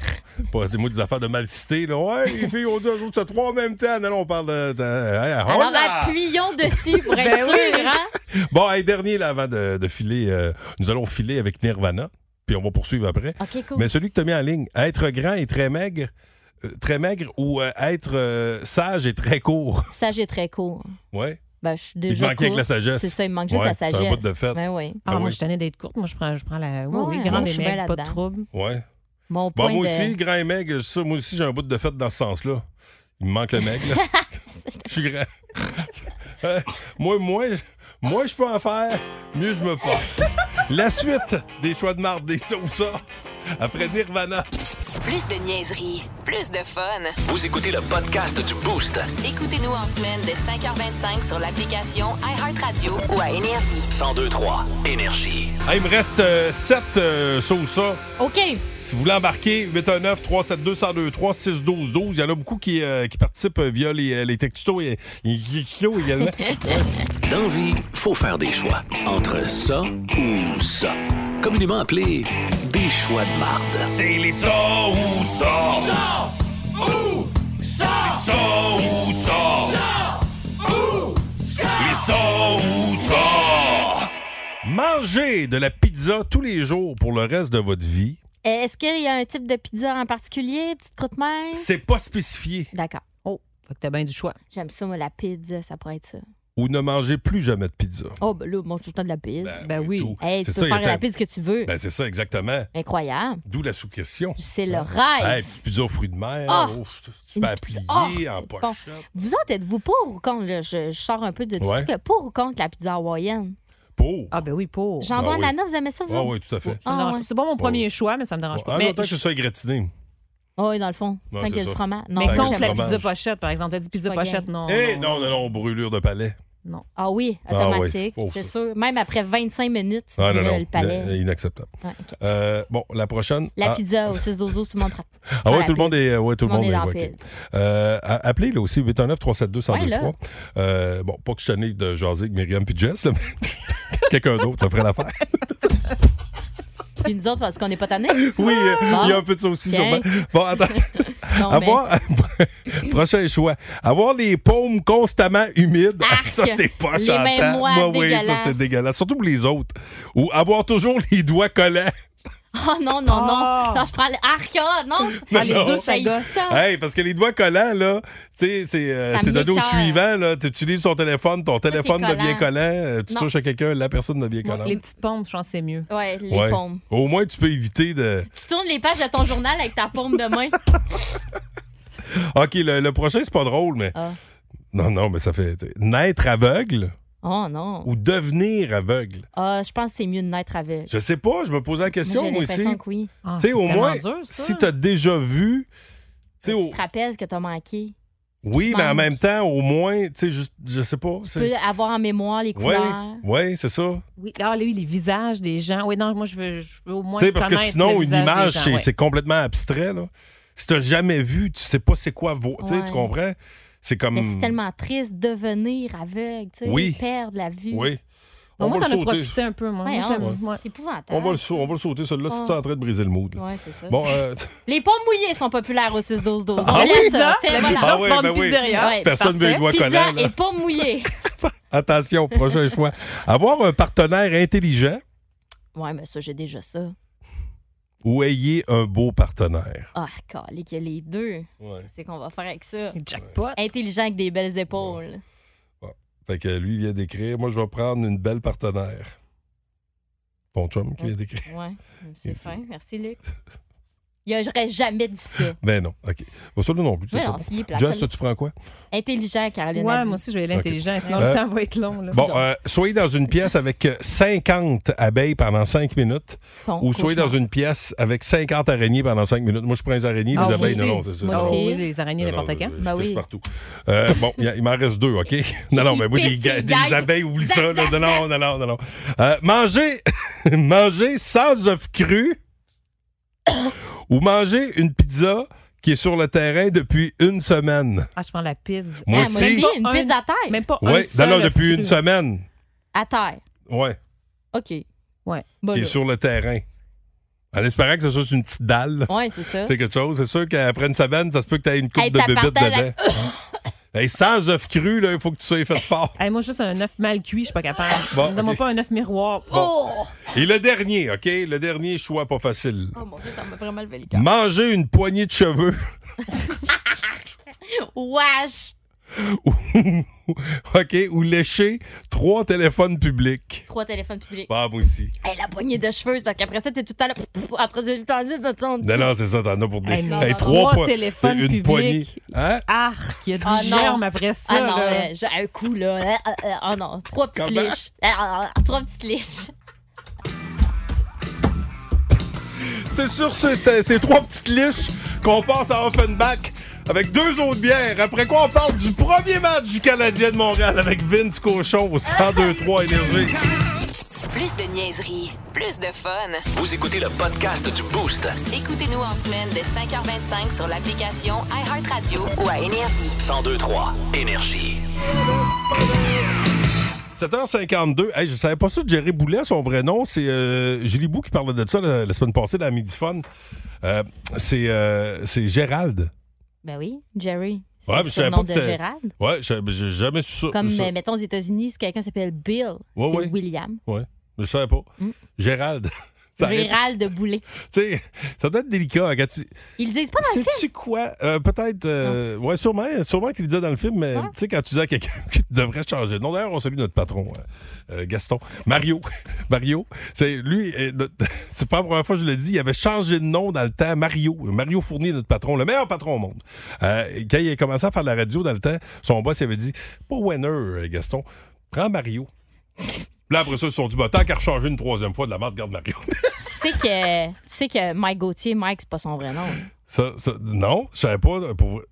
S3: Pas des mots des affaires de mal citer, là. Ouais, les filles, on dit, on dit, c'est trois en même temps. Non, non, on parle de. de- hey,
S6: Alors,
S3: hola!
S6: appuyons dessus pour être
S7: Ben oui.
S6: sûr, hein?
S3: Bon, hey, dernier, là, avant de, de filer, euh, nous allons filer avec Nirvana, puis on va poursuivre après.
S6: OK,
S7: Oh.
S6: cool.
S3: Mais celui que tu as mis en ligne, être grand et très maigre, euh, très maigre ou euh, être euh, sage et très court.
S6: Ça, j'ai très court.
S3: Ouais.
S6: Ben, je suis
S3: Il te
S6: déjà
S3: manquait avec
S6: court.
S3: la sagesse.
S6: C'est ça, il me manque juste
S3: Ouais,
S6: la
S3: t'as un
S6: sagesse.
S3: bout de fête.
S6: Ben oui.
S7: Ah,
S3: Ah
S7: moi,
S3: oui.
S7: je tenais d'être courte. Moi, je prends, je prends la. Oui,
S6: Ouais,
S7: oui, grande
S6: je
S7: et
S6: suis bien
S7: maigre, pas de
S6: là-dedans.
S7: trouble.
S3: Ouais.
S6: Mon
S3: Bon,
S6: point
S3: Bah, moi
S6: de...
S3: aussi, grand et maigre, c'est ça, moi aussi, j'ai un bout de fête dans ce sens-là. Il me manque le maigre. là. je suis grand. Euh, moi, moi, moi, je peux en faire, mieux je me porte. La suite des choix de marde, des ça ou ça, après Nirvana.
S5: Plus de niaiserie, plus de fun.
S2: Vous écoutez le podcast du Boost.
S5: Écoutez-nous en semaine de 5h25 sur l'application iHeartRadio ou à Énergie.
S2: 1023 Énergie.
S3: Ah, il me reste 7 ça ou ça.
S6: OK. Euh,
S3: Si vous voulez embarquer, 819 372 1023 612 12 Il y en a beaucoup qui, euh, qui participent euh, via les, euh, les textos et les giclos également.
S2: Dans vie, faut faire des choix. Entre ça ou ça. Communément appelé des choix de marde.
S3: C'est les ça ou ça. Ça ou ça. Ça ou ça. Les ça ou ça. Manger de la pizza tous les jours pour le reste de votre vie,
S6: Est-ce qu'il y a un type de pizza en particulier? Petite croûte mince?
S3: c'est pas spécifié.
S6: D'accord.
S7: Oh, fait que t'as bien du choix.
S6: J'aime ça, moi, la pizza, ça pourrait être ça.
S3: Ou ne mangez plus jamais de pizza.
S6: Oh, ben là, mange tout le temps de la pizza.
S7: Ben oui.
S3: tout.
S6: hey, tu
S3: c'est
S6: peux
S3: ça, il
S6: faire
S3: était-
S6: la pizza que tu veux.
S3: Ben, c'est ça, exactement.
S6: Incroyable.
S3: D'où la sous-question.
S6: C'est le
S3: ben, Hey,
S6: rêve.
S3: petite pizza aux fruits de mer.
S6: Ah!
S3: oh, tu
S6: Une
S3: peux
S6: pizza-
S3: applier
S6: Ah!
S3: en
S6: Bon.
S3: pochette.
S6: Vous autres, êtes-vous pour ou contre? là? Je, je sors un peu de du
S3: Ouais.
S6: truc. là. Pour ou contre la pizza hawaïenne?
S3: Pour.
S7: Ah, ben oui, pour.
S6: J'en
S3: Ah
S6: vois
S3: oui.
S6: nana, vous aimez ça, vous?
S3: Ah
S6: autres?
S3: oui, tout à fait.
S7: Ça me
S6: Ah,
S7: dérange
S6: ouais.
S7: pas. C'est pas mon premier choix, mais ça me dérange
S3: En
S7: pas. Mais,
S3: autant que ce soit gratiné.
S6: Ah oui, dans le fond.
S3: Ouais,
S6: Tant qu'il y a
S3: c'est
S6: du
S3: ça.
S6: fromage. Non, moi,
S7: mais
S3: Tant
S7: contre
S3: qu'il
S6: j'aime
S3: y a
S7: la
S3: du
S6: pas.
S7: pizza
S3: fromage.
S7: pochette, par exemple. La dit pizza
S6: Pas
S7: pochette,
S6: gang.
S7: non.
S3: Eh, non, non, non, brûlure de palais.
S6: Ah oui,
S3: Ah oui,
S6: automatique,
S3: faut-
S6: c'est sûr. Même après 25 minutes, tu
S3: Ah, non,
S6: brûles
S3: non.
S6: le palais.
S3: Euh, Inacceptable.
S6: Ouais, ok.
S3: Euh, bon, la prochaine.
S6: La
S3: ah,
S6: pizza au 6 dozo sous mon tra-
S3: Ah
S6: dans
S3: ouais,
S6: la
S3: tout le monde
S6: pizza.
S3: est. Ouais, tout le monde est.
S6: dans la
S3: ouais, ok.
S6: pizza.
S3: Euh, a- appelez là aussi 819 372
S6: Ouais,
S3: 1023. Euh, bon, pas que je tenais de jaser avec Myriam puis Jess, là, mais quelqu'un d'autre, ça ferait l'affaire.
S6: Puis nous autres, parce qu'on n'est pas tannés.
S3: Oui, euh, il y a un peu de ça aussi
S6: Tiens.
S3: sûrement. Bon, attends.
S6: Non, mais-
S3: Avoir... Prochain choix. Avoir les paumes constamment humides. Ah,
S6: Arc.
S3: Ça, c'est pas
S6: Les mains
S3: chantant.
S6: moites,
S3: Moi, oui, ça, c'est
S6: dégueulasse.
S3: dégueulasse. Surtout pour les autres. Ou avoir toujours les doigts collants.
S6: Oh non, non, non.
S7: Ah.
S6: Non, je prends le arcade, non.
S3: Ah, les Non.
S7: deux, ça
S6: J'haïs
S7: gosse.
S6: ça.
S3: Hey, parce que les doigts collants, là, tu sais, c'est, euh,
S6: Ça
S3: c'est donné au
S6: m'écoeure.
S3: suivant, là. Tu utilises ton téléphone, ton téléphone
S6: est
S3: devient
S6: collant.
S3: collant, euh, tu
S6: Non.
S3: touches à quelqu'un, la personne devient
S7: Moi,
S3: collante.
S7: Les petites pompes, je pense que c'est mieux.
S6: Ouais, les
S3: Ah. Ouais.
S6: paumes.
S3: Au moins, tu peux éviter de.
S6: Tu tournes les pages de ton journal avec ta paume de main.
S3: OK, le, le prochain, c'est pas drôle, mais.
S6: Ah.
S3: Non, non, mais ça fait. euh, Naître aveugle
S6: Oh non.
S3: ou devenir aveugle?
S6: Ah, je pense que c'est mieux de naître aveugle.
S3: Je sais pas, je me posais la
S6: Moi, J'ai
S3: question, moi, aussi.
S6: l'impression que oui.
S7: Ah,
S3: Tu sais,
S7: c'est
S3: au
S7: tellement
S3: moins,
S7: dur, ça.
S3: si t'as déjà vu. tu sais,
S6: Tu
S3: au-
S6: te rappelles ce que t'as manqué.
S3: Oui, mais en
S6: manges.
S3: même temps, au moins, tu sais, juste- je sais pas.
S6: Tu peux avoir en mémoire les
S3: Oui,
S6: couleurs.
S3: ouais, c'est ça.
S7: Oui, là, lui, les visages des gens. Oui, non, moi, je veux, je veux au moins.
S3: Tu sais, parce que
S7: connaître
S3: sinon,
S7: le
S3: une
S7: visage des
S3: image,
S7: gens,
S3: c'est
S7: ouais.
S3: c'est complètement abstrait. Là. Si t'as jamais vu, tu sais pas c'est quoi vo- tu sais,
S6: Ouais.
S3: Tu comprends? C'est comme.
S6: Mais c'est tellement triste devenir aveugle, tu sais,
S3: Hmm. Oui.
S6: perdre la vue.
S3: Oui.
S7: Au moins,
S3: va le
S7: t'en as
S3: sauter.
S7: profité un peu, moi.
S6: Ouais,
S7: Moi,
S6: hein,
S7: j'aime- ouais.
S6: C'est épouvantable.
S3: On va le, sau- on va le sauter, celui-là,
S6: Ah.
S3: c'est tout en train de briser le mood. là.
S6: hein? Ouais, c'est ça.
S3: Bon, euh,
S6: Les pommes mouillées sont populaires au 6-12-12.
S3: Ah
S6: On
S3: oui,
S6: aime
S7: Pizza,
S6: ça. Tiens,
S7: hein? la
S6: voilà.
S7: pizza
S3: Ah ouais,
S7: se vend
S3: ben
S7: de
S3: oui.
S7: pizzeria.
S6: Ouais,
S3: personne veut les
S7: parfait.
S3: doigts collants.
S6: Pizza
S3: là.
S6: et pommes mouillées.
S3: Attention, prochain choix. Avoir un partenaire intelligent
S6: Ouais, mais ça, j'ai déjà ça.
S3: ou ayez un beau partenaire.
S6: Ah, calé qu'il y a les deux. C'est qu'on va faire avec ça.
S7: Jackpot.
S6: Intelligent avec des belles épaules.
S3: Fait que lui il vient d'écrire, moi je vais prendre une belle partenaire. Bon chum qui vient d'écrire.
S6: Ouais, c'est fin. Merci, Luc. Il a- J'aurais jamais dit ça.
S3: Ben non, ok. Bon, ça là non plus. c'est
S6: Mais
S3: pas
S6: non,
S3: bon.
S6: s'il est plate,
S3: Jess,
S6: ça-
S3: toi, tu prends quoi?
S6: Intelligent, Caroline. a
S7: Ouais,
S6: dit.
S7: moi aussi, je vais aller
S3: Ok.
S7: intelligent, sinon
S3: Euh,
S7: le temps va être long. Là.
S3: Bon,
S6: Donc.
S3: euh, soyez dans une pièce avec euh, 50 abeilles pendant 5 minutes
S6: Ton
S3: ou soyez
S6: cauchemar.
S3: dans une pièce avec 50 araignées pendant 5 minutes. Moi, je prends les araignées,
S7: Ah,
S3: les
S7: moi
S3: abeilles,
S6: aussi.
S3: non, non, c'est ça.
S6: Moi
S3: non.
S7: Ah
S6: aussi.
S7: oui, les araignées
S3: Non, non,
S7: n'importe quand.
S3: je- je
S6: Ben
S3: pisse
S6: oui.
S3: partout. Euh, bon, il y a- il m'en reste deux, OK? Non, non, mais oui,
S6: pisse
S3: des, ga-
S6: ses
S3: des
S6: gailles.
S3: abeilles, oublie
S6: Zac,
S3: ça. là.
S6: zac,
S3: Non, non, non, non, non, non. Euh, manger, manger sans œufs crus ou manger une pizza qui est sur le terrain depuis une semaine.
S7: Ah, je prends la pizza.
S6: Ah,
S3: Moi
S6: moi
S3: aussi.
S6: aussi, une
S7: Pas un-
S6: pizza à terre.
S7: Même pas un
S3: Oui,
S7: seul
S3: d'ailleurs, depuis
S7: fruit.
S3: une semaine.
S6: À terre.
S3: Ouais,
S6: OK.
S7: Ouais.
S6: Bon,
S3: qui est
S6: là.
S3: sur le terrain. En espérant que ce soit une petite dalle.
S6: Ouais, c'est ça.
S3: Tu sais quelque chose, c'est sûr qu'après une semaine, ça se peut que tu aies une coupe
S6: Hey,
S3: de
S6: ta
S3: bébête
S6: partage,
S3: dedans. Hey, sans œufs crus, là, il faut que tu sois fait fort.
S7: Hey, moi, juste un œuf mal cuit, je suis pas capable.
S3: Bon,
S7: Donne-moi
S3: ok.
S7: pas un œuf miroir.
S6: Oh!
S3: Et le dernier, OK? Le dernier choix pas facile.
S6: Oh mon Dieu, ça m'a vraiment levé le cœur.
S3: Manger une poignée de cheveux
S6: Wesh!
S3: ou, OK, ou lécher trois téléphones publics.
S6: Trois téléphones publics.
S3: Bah, moi aussi.
S6: Hey, la poignée de cheveux, c'est parce qu'après ça, t'es tout à l'heure en train de
S3: Non, non, c'est ça, t'en as pour des.
S7: Hey, non,
S6: non,
S7: trois
S3: po-
S7: téléphones
S3: une
S7: publics.
S3: poignée. Hein?
S7: Arc, il y a du
S6: Ah, non.
S7: germe après ça.
S6: Ah non,
S7: là.
S6: euh, j'ai un coup là. Ah, ah, ah, ah, non, trois petites
S3: Comment?
S6: liches. Ah, ah, ah, trois petites liches.
S3: C'est sur euh, ces, ces trois petites liches qu'on passe à Offenbach avec deux autres bières. Après quoi, on parle du premier match du Canadien de Montréal avec Vince Cochon au 102-3 Énergie.
S5: Plus de niaiserie, plus de fun.
S2: Vous écoutez le podcast du Boost.
S5: Écoutez-nous en semaine de 5h25 sur l'application iHeartRadio ou à Énergie.
S2: 1023 Énergie.
S3: 7h52. Hey, je savais pas ça de Jerry Boulet, son vrai nom. C'est euh, Julie Bou qui parlait de ça la, la semaine passée dans la Midi Fun. Euh, c'est euh, c'est Gérald.
S6: Ben oui, Jerry. C'est
S3: Ouais, mais
S6: le
S3: je savais
S6: surnom
S3: pas que
S6: de
S3: c'est-
S6: Gérald.
S3: Ouais, je- j'ai jamais su ça.
S6: Comme,
S3: ça.
S6: euh, mettons, aux États-Unis, si quelqu'un s'appelle Bill,
S3: Ouais,
S6: c'est
S3: ouais.
S6: William.
S3: Je savais pas.
S6: Mm.
S3: Gérald. Ça aurait-
S6: Gérald de Boulet.
S3: tu sais, ça doit être délicat hein, quand tu-
S6: Ils le disent pas dans le film.
S3: Sais-tu quoi? Euh, Peut-être. euh, ouais, sûrement. Sûrement qu'il le dit dans le film, mais
S6: Ouais.
S3: tu sais, quand tu dis à quelqu'un qui devrait changer. Non, d'ailleurs, on salue notre patron, euh, euh, Gaston. Mario. Mario. C'est lui, euh, notre- c'est pas la première fois que je le dis, il avait changé de nom dans le temps. Mario. Mario Fournier, notre patron, le meilleur patron au monde. Euh, quand il a commencé à faire de la radio dans le temps, son boss il avait dit Pas winner, euh, Gaston, prends Mario. Puis Là, après ça, ils se sont dit, bah, tant qu'à rechanger une troisième fois de la marque, garde Mario.
S6: Tu sais que, tu sais que Mike Gauthier, Mike, c'est pas son vrai nom. là.
S3: Ça- ça- non, je savais pas. euh, Pour... vrai.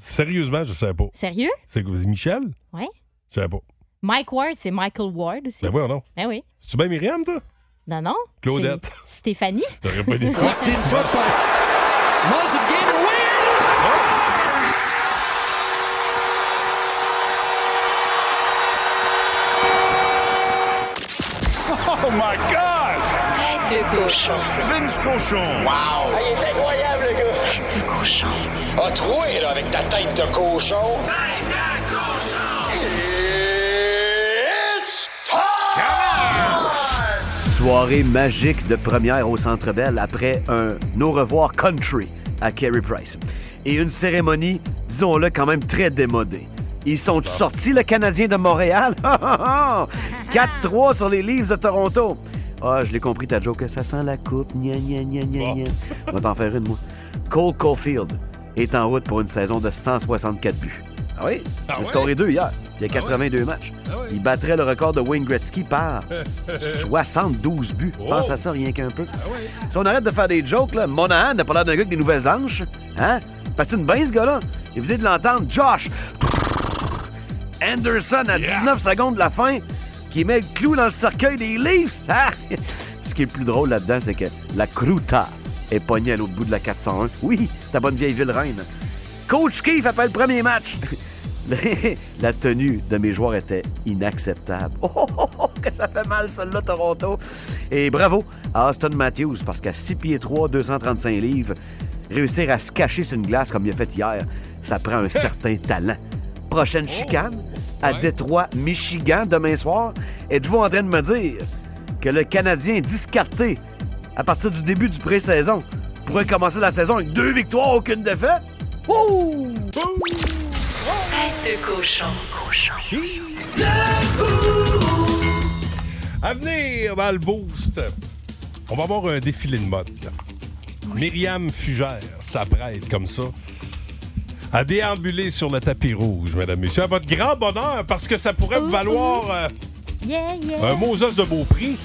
S3: Sérieusement, je savais pas.
S6: Sérieux?
S3: C'est que- Michel?
S6: Ouais.
S3: Je savais pas.
S6: Mike Ward, c'est Michael Ward aussi.
S3: Ben voyons non.
S6: Ben oui.
S3: C'est bien Myriam, toi?
S6: Non, non.
S3: Claudette.
S6: c'est Stéphanie.
S3: J'aurais pas dit.
S10: Ah
S1: Tête de cochon.
S11: Vince Cochon. Wow!
S2: il est incroyable, le gars!
S1: Tête de cochon.
S11: A troué, là, avec ta tête de cochon. Tête de cochon! It's
S10: Soirée magique de première au Centre Bell après un au revoir country à Kerry Price. Et une cérémonie, disons-le, quand même très démodée. Ils sont sortis, le Canadien de Montréal? 4-3 sur les Leafs de Toronto. Ah, je l'ai compris, ta joke. Ça sent la coupe. Gna, gna, gna, gna,
S3: Bon.
S10: gna. On va t'en faire une, moi. Cole Caulfield est en route pour une saison de 164 buts. Ah oui?
S3: Ah
S10: il a
S3: ouais?
S10: scoré deux hier. Il y a 82 matchs.
S3: Ah ouais.
S10: Il battrait le record de Wayne Gretzky par 72 buts.
S3: Oh! Ah
S10: Pense à ça rien qu'un peu.
S3: ouais.
S10: Si on arrête de faire des jokes, là, Monahan n'a pas l'air d'un gars avec des nouvelles hanches. Hein? Patine bien, ce gars-là. Et vous venez de l'entendre, Josh Anderson à 19 secondes de la fin, qui met le clou dans le cercueil des Leafs. Ah! Ce qui est le plus drôle là-dedans, c'est que la Cruta est pognée à l'autre bout de la 401. Oui, ta bonne vieille ville reine. Coach Keefe après le premier match. la tenue de mes joueurs était inacceptable. Oh, oh, oh, oh, que ça fait mal, celle-là, Toronto. Et bravo à Austin Matthews, parce qu'à 6 pieds 3, 235 livres, réussir à se cacher sur une glace comme il a fait hier, ça prend un certain talent. Prochaine chicane à
S3: Oh! ouais.
S10: Détroit, Michigan, demain soir. Êtes-vous en train de me dire que le Canadien discarté à partir du début du pré-saison. Pourrait commencer la saison avec deux victoires, aucune défaite. Ouh!
S12: Tête de cochon. Cochon.
S3: À venir dans le boost, on va avoir un défilé de mode. Pierre. Myriam Fugère s'apprête comme ça à déambuler sur le tapis rouge, mesdames, messieurs, à votre grand bonheur, parce que ça pourrait vous valoir
S6: Yeah, yeah.
S3: euh, un Moses de beau prix.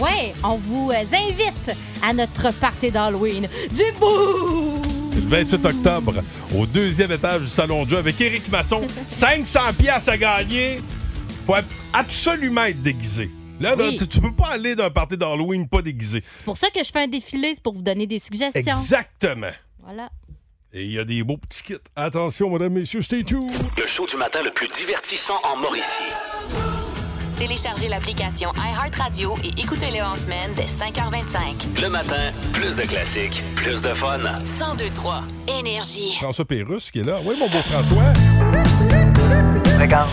S6: Ouais, on vous euh, invite à notre party d'Halloween du bout.
S3: le 28 octobre au deuxième étage du Salon de jeu avec Éric Masson. 500 pièces à gagner. Faut ab- absolument être déguisé. Là, là,
S6: Oui.
S3: tu, tu peux pas aller d'un party d'Halloween pas déguisé.
S6: C'est pour ça que je fais un défilé, c'est pour vous donner des suggestions.
S3: Exactement.
S6: Voilà.
S3: Et il y a des beaux petits kits. Attention, mesdames, messieurs, stay tuned.
S2: Le show du matin le plus divertissant en Mauricie.
S5: Téléchargez l'application iHeartRadio et écoutez-le en semaine dès 5h25.
S2: Le matin, plus de classiques, plus de fun.
S5: 1023 Énergie.
S3: François Pérusse qui est là. Oui, mon beau François.
S4: Regarde,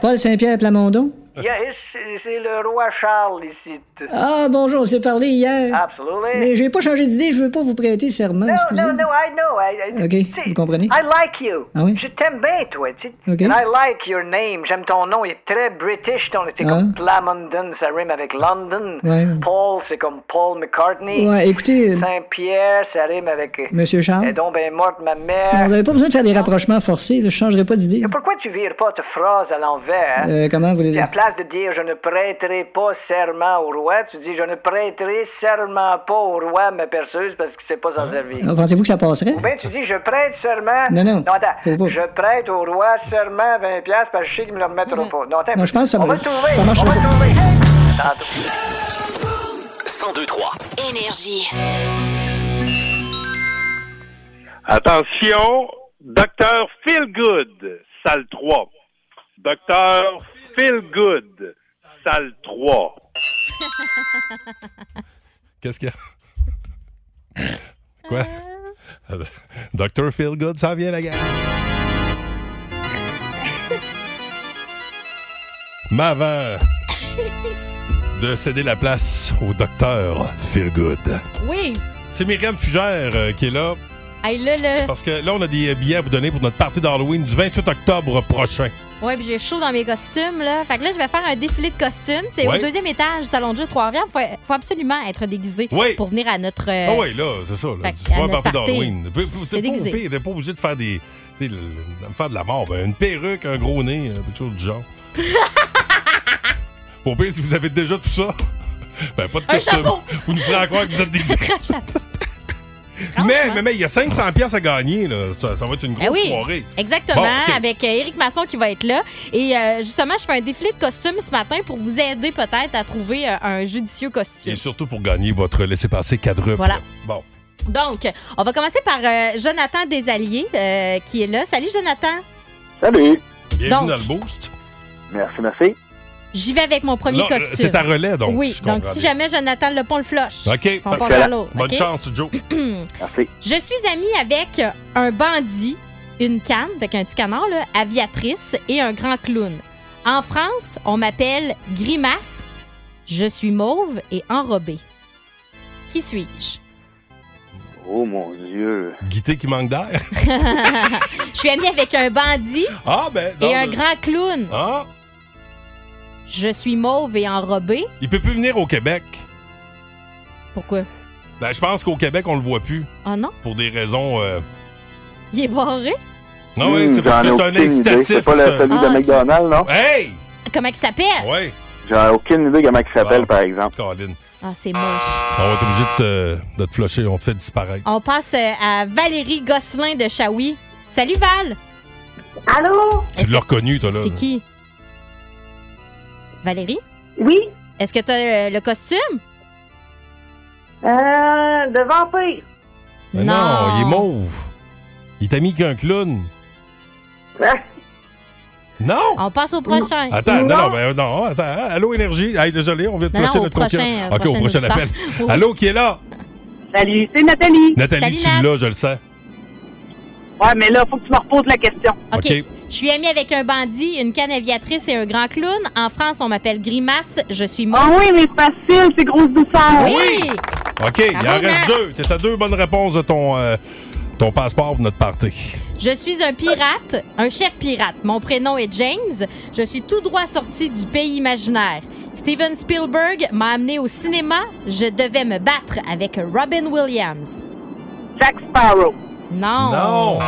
S13: Paul Saint-Pierre Plamondon?
S4: Yes, c'est c'est le roi Charles ici.
S13: Ah, bonjour, on s'est parlé hier.
S4: Absolutely.
S13: Mais j'ai pas changé d'idée, je veux pas vous prêter serment,
S4: No,
S13: excusez.
S4: no, no, I know. I, I,
S13: OK, vous comprenez?
S4: I like you.
S13: Ah oui?
S4: Je t'aime bien, toi, tu sais.
S13: OK.
S4: And I like your name. J'aime ton nom. Il est très british, ton C'est
S13: Ah.
S4: comme Plamondon, ça rime avec London.
S13: Ouais.
S4: Paul, c'est comme Paul McCartney.
S13: Ouais, écoutez-
S4: Saint-Pierre, ça rime avec...
S13: Monsieur Charles?
S4: Et donc, ben, morte ma
S13: Alors,
S14: Euh,
S4: mère.
S13: Vous avez pas besoin de faire des rapprochements forcés, là, je changerai pas d'idée.
S4: Pourquoi tu vires pas ta phrase à l'envers? hein?
S13: Euh, comment vous voulez
S4: Puis
S13: dire?
S4: à place de dire je ne prêterai pas serment au roi, tu dis je ne prêterai serment pas au roi ma perceuse parce que c'est pas s'en servir.
S13: Alors, Oh, Pensez-vous que ça passerait?
S4: Ou bien tu dis je prête serment.
S13: Non, non.
S4: attends.
S13: Faut pas.
S4: Je prête au roi serment 20$ piastres parce que je sais qu'il me le remettra pas. Non, attends.
S13: Non, je pense que ça
S4: On
S13: va-
S4: va le trouver.
S13: ça marche
S4: On va
S13: pas.
S4: le trouver.
S2: 1023.
S5: Énergie.
S15: Attention, docteur Feelgood, salle 3. Docteur Feelgood, salle 3.
S3: Qu'est-ce qu'il y a? Quoi? Dr. Feelgood, ça vient la guerre. Mais avant de céder la place au docteur Feelgood,
S6: Oui.
S3: c'est Myriam Fugère euh, qui est là.
S6: Hey, là, là.
S3: Parce que là, on a des billets à vous donner pour notre partie d'Halloween du 28 octobre prochain.
S6: Ouais, puis j'ai chaud dans mes costumes, là. Fait que là, je vais faire un défilé de costumes. C'est
S3: Ouais.
S6: au deuxième étage du Salon de jeu de Trois-Rivières. Faut, faut absolument être déguisé
S3: Oui.
S6: pour venir à notre. euh,
S3: Ah oui, là, c'est ça. Là.
S6: fait
S3: Tu
S6: qu'à
S3: vois, un
S6: notre
S3: party
S6: party,
S3: d'Halloween. Peu- peu-
S6: c'est
S3: C'est pas au
S6: déguisé.
S3: pire, t'es pas obligé de faire des. tu sais, le- le- de faire de la mort. ben, une perruque, un gros nez, euh, quelque chose du genre. Au pire, si vous avez déjà tout ça, ben, pas de
S6: Un
S3: costume.
S6: chapeau.
S3: Vous nous ferez croire que vous êtes déguisé. mais, mais, mais, il y a 500$ piastres à gagner, là. Ça, ça va être une grosse
S6: Ben oui,
S3: soirée.
S6: exactement,
S3: Bon, ok.
S6: avec euh, Éric Masson qui va être là. Et euh, justement, je fais un défilé de costumes ce matin pour vous aider peut-être à trouver euh, un judicieux costume.
S3: Et surtout pour gagner votre laissez-passer quadruple.
S6: Voilà.
S3: Bon.
S6: Donc, on va commencer par euh, Jonathan Desalliés euh, qui est là. Salut Jonathan.
S3: Salut. Bienvenue
S6: Donc-
S3: dans le boost.
S16: Merci, merci.
S6: J'y vais avec mon premier
S3: Non, euh,
S6: costume.
S3: c'est à relais, donc,
S6: Oui,
S3: je
S6: donc
S3: comprends
S6: si
S3: bien.
S6: jamais Jonathan le pont le floche.
S3: OK.
S6: On part
S3: parfait.
S6: dans l'autre,
S3: Bonne
S6: OK?
S3: chance, Joe.
S16: Merci.
S6: Je suis amie avec un bandit, une canne, avec un petit canard, là, aviatrice et un grand clown. En France, on m'appelle Grimace. Je suis mauve et enrobée. Qui suis-je?
S16: Oh mon Dieu.
S3: Guité qui manque d'air.
S6: Je suis amie avec un bandit
S3: Ah, ben. non,
S6: et un
S3: ben-
S6: grand clown.
S3: Ah,
S6: Je suis mauve et enrobée.
S3: il peut plus venir au Québec.
S6: Pourquoi?
S3: Ben, je pense qu'au Québec, on le voit plus.
S6: Oh non,
S3: Pour des raisons. euh,
S6: il est barré.
S3: Non, Ah oui,
S16: Hmm,
S3: c'est parce que c'est un incitatif.
S16: C'est pas la-
S3: ça.
S16: celui de McDonald's, non?
S3: Hey!
S6: Comment il s'appelle?
S3: Ouais.
S16: J'ai aucune idée comment il s'appelle, par exemple.
S3: Colin.
S6: Ah, c'est moche.
S3: On va être obligé de te, de te flusher, on te fait disparaître.
S6: On passe euh, à Valérie Gosselin de Chaoui. Salut Val!
S7: Allô?
S3: Tu l'as reconnu, toi, là.
S6: C'est qui? Valérie?
S7: Oui?
S6: Est-ce que tu as le costume?
S7: Euh, de vampire.
S3: Mais non. il est mauve. Il t'a mis qu'un clown.
S16: Hein?
S3: Non!
S6: On passe au prochain.
S3: Attends, non, non, ben, non, attends. hein, Allô, Énergie. Hey, désolé, on vient de
S6: Non,
S3: flusher
S6: non, au
S3: notre concurrent.
S6: prochain, euh,
S3: OK, au
S6: prochain
S3: prochain
S6: auditeur.
S3: appel.
S6: Oui.
S3: Allô, qui est là?
S7: Salut, c'est Nathalie.
S3: Nathalie, tu l'as, je le sais.
S7: Ouais, mais là, faut que tu me reposes la question.
S3: OK.
S6: Je Je suis amie avec un bandit, une canne aviatrice et un grand clown. En France, on m'appelle Grimace. Je suis mort.
S17: Ah oui, mais facile, c'est grosse douceur.
S6: Oui!
S3: OK, il en
S6: Bravo,
S3: reste
S6: Nat.
S3: deux. T'es à deux bonnes réponses de ton, euh, ton passeport pour notre party.
S6: Je suis un pirate, un chef pirate. Mon prénom est James. Je suis tout droit sorti du pays imaginaire. Steven Spielberg m'a amené au cinéma. Je devais me battre avec Robin Williams.
S17: Jack Sparrow.
S6: Non.
S3: Non!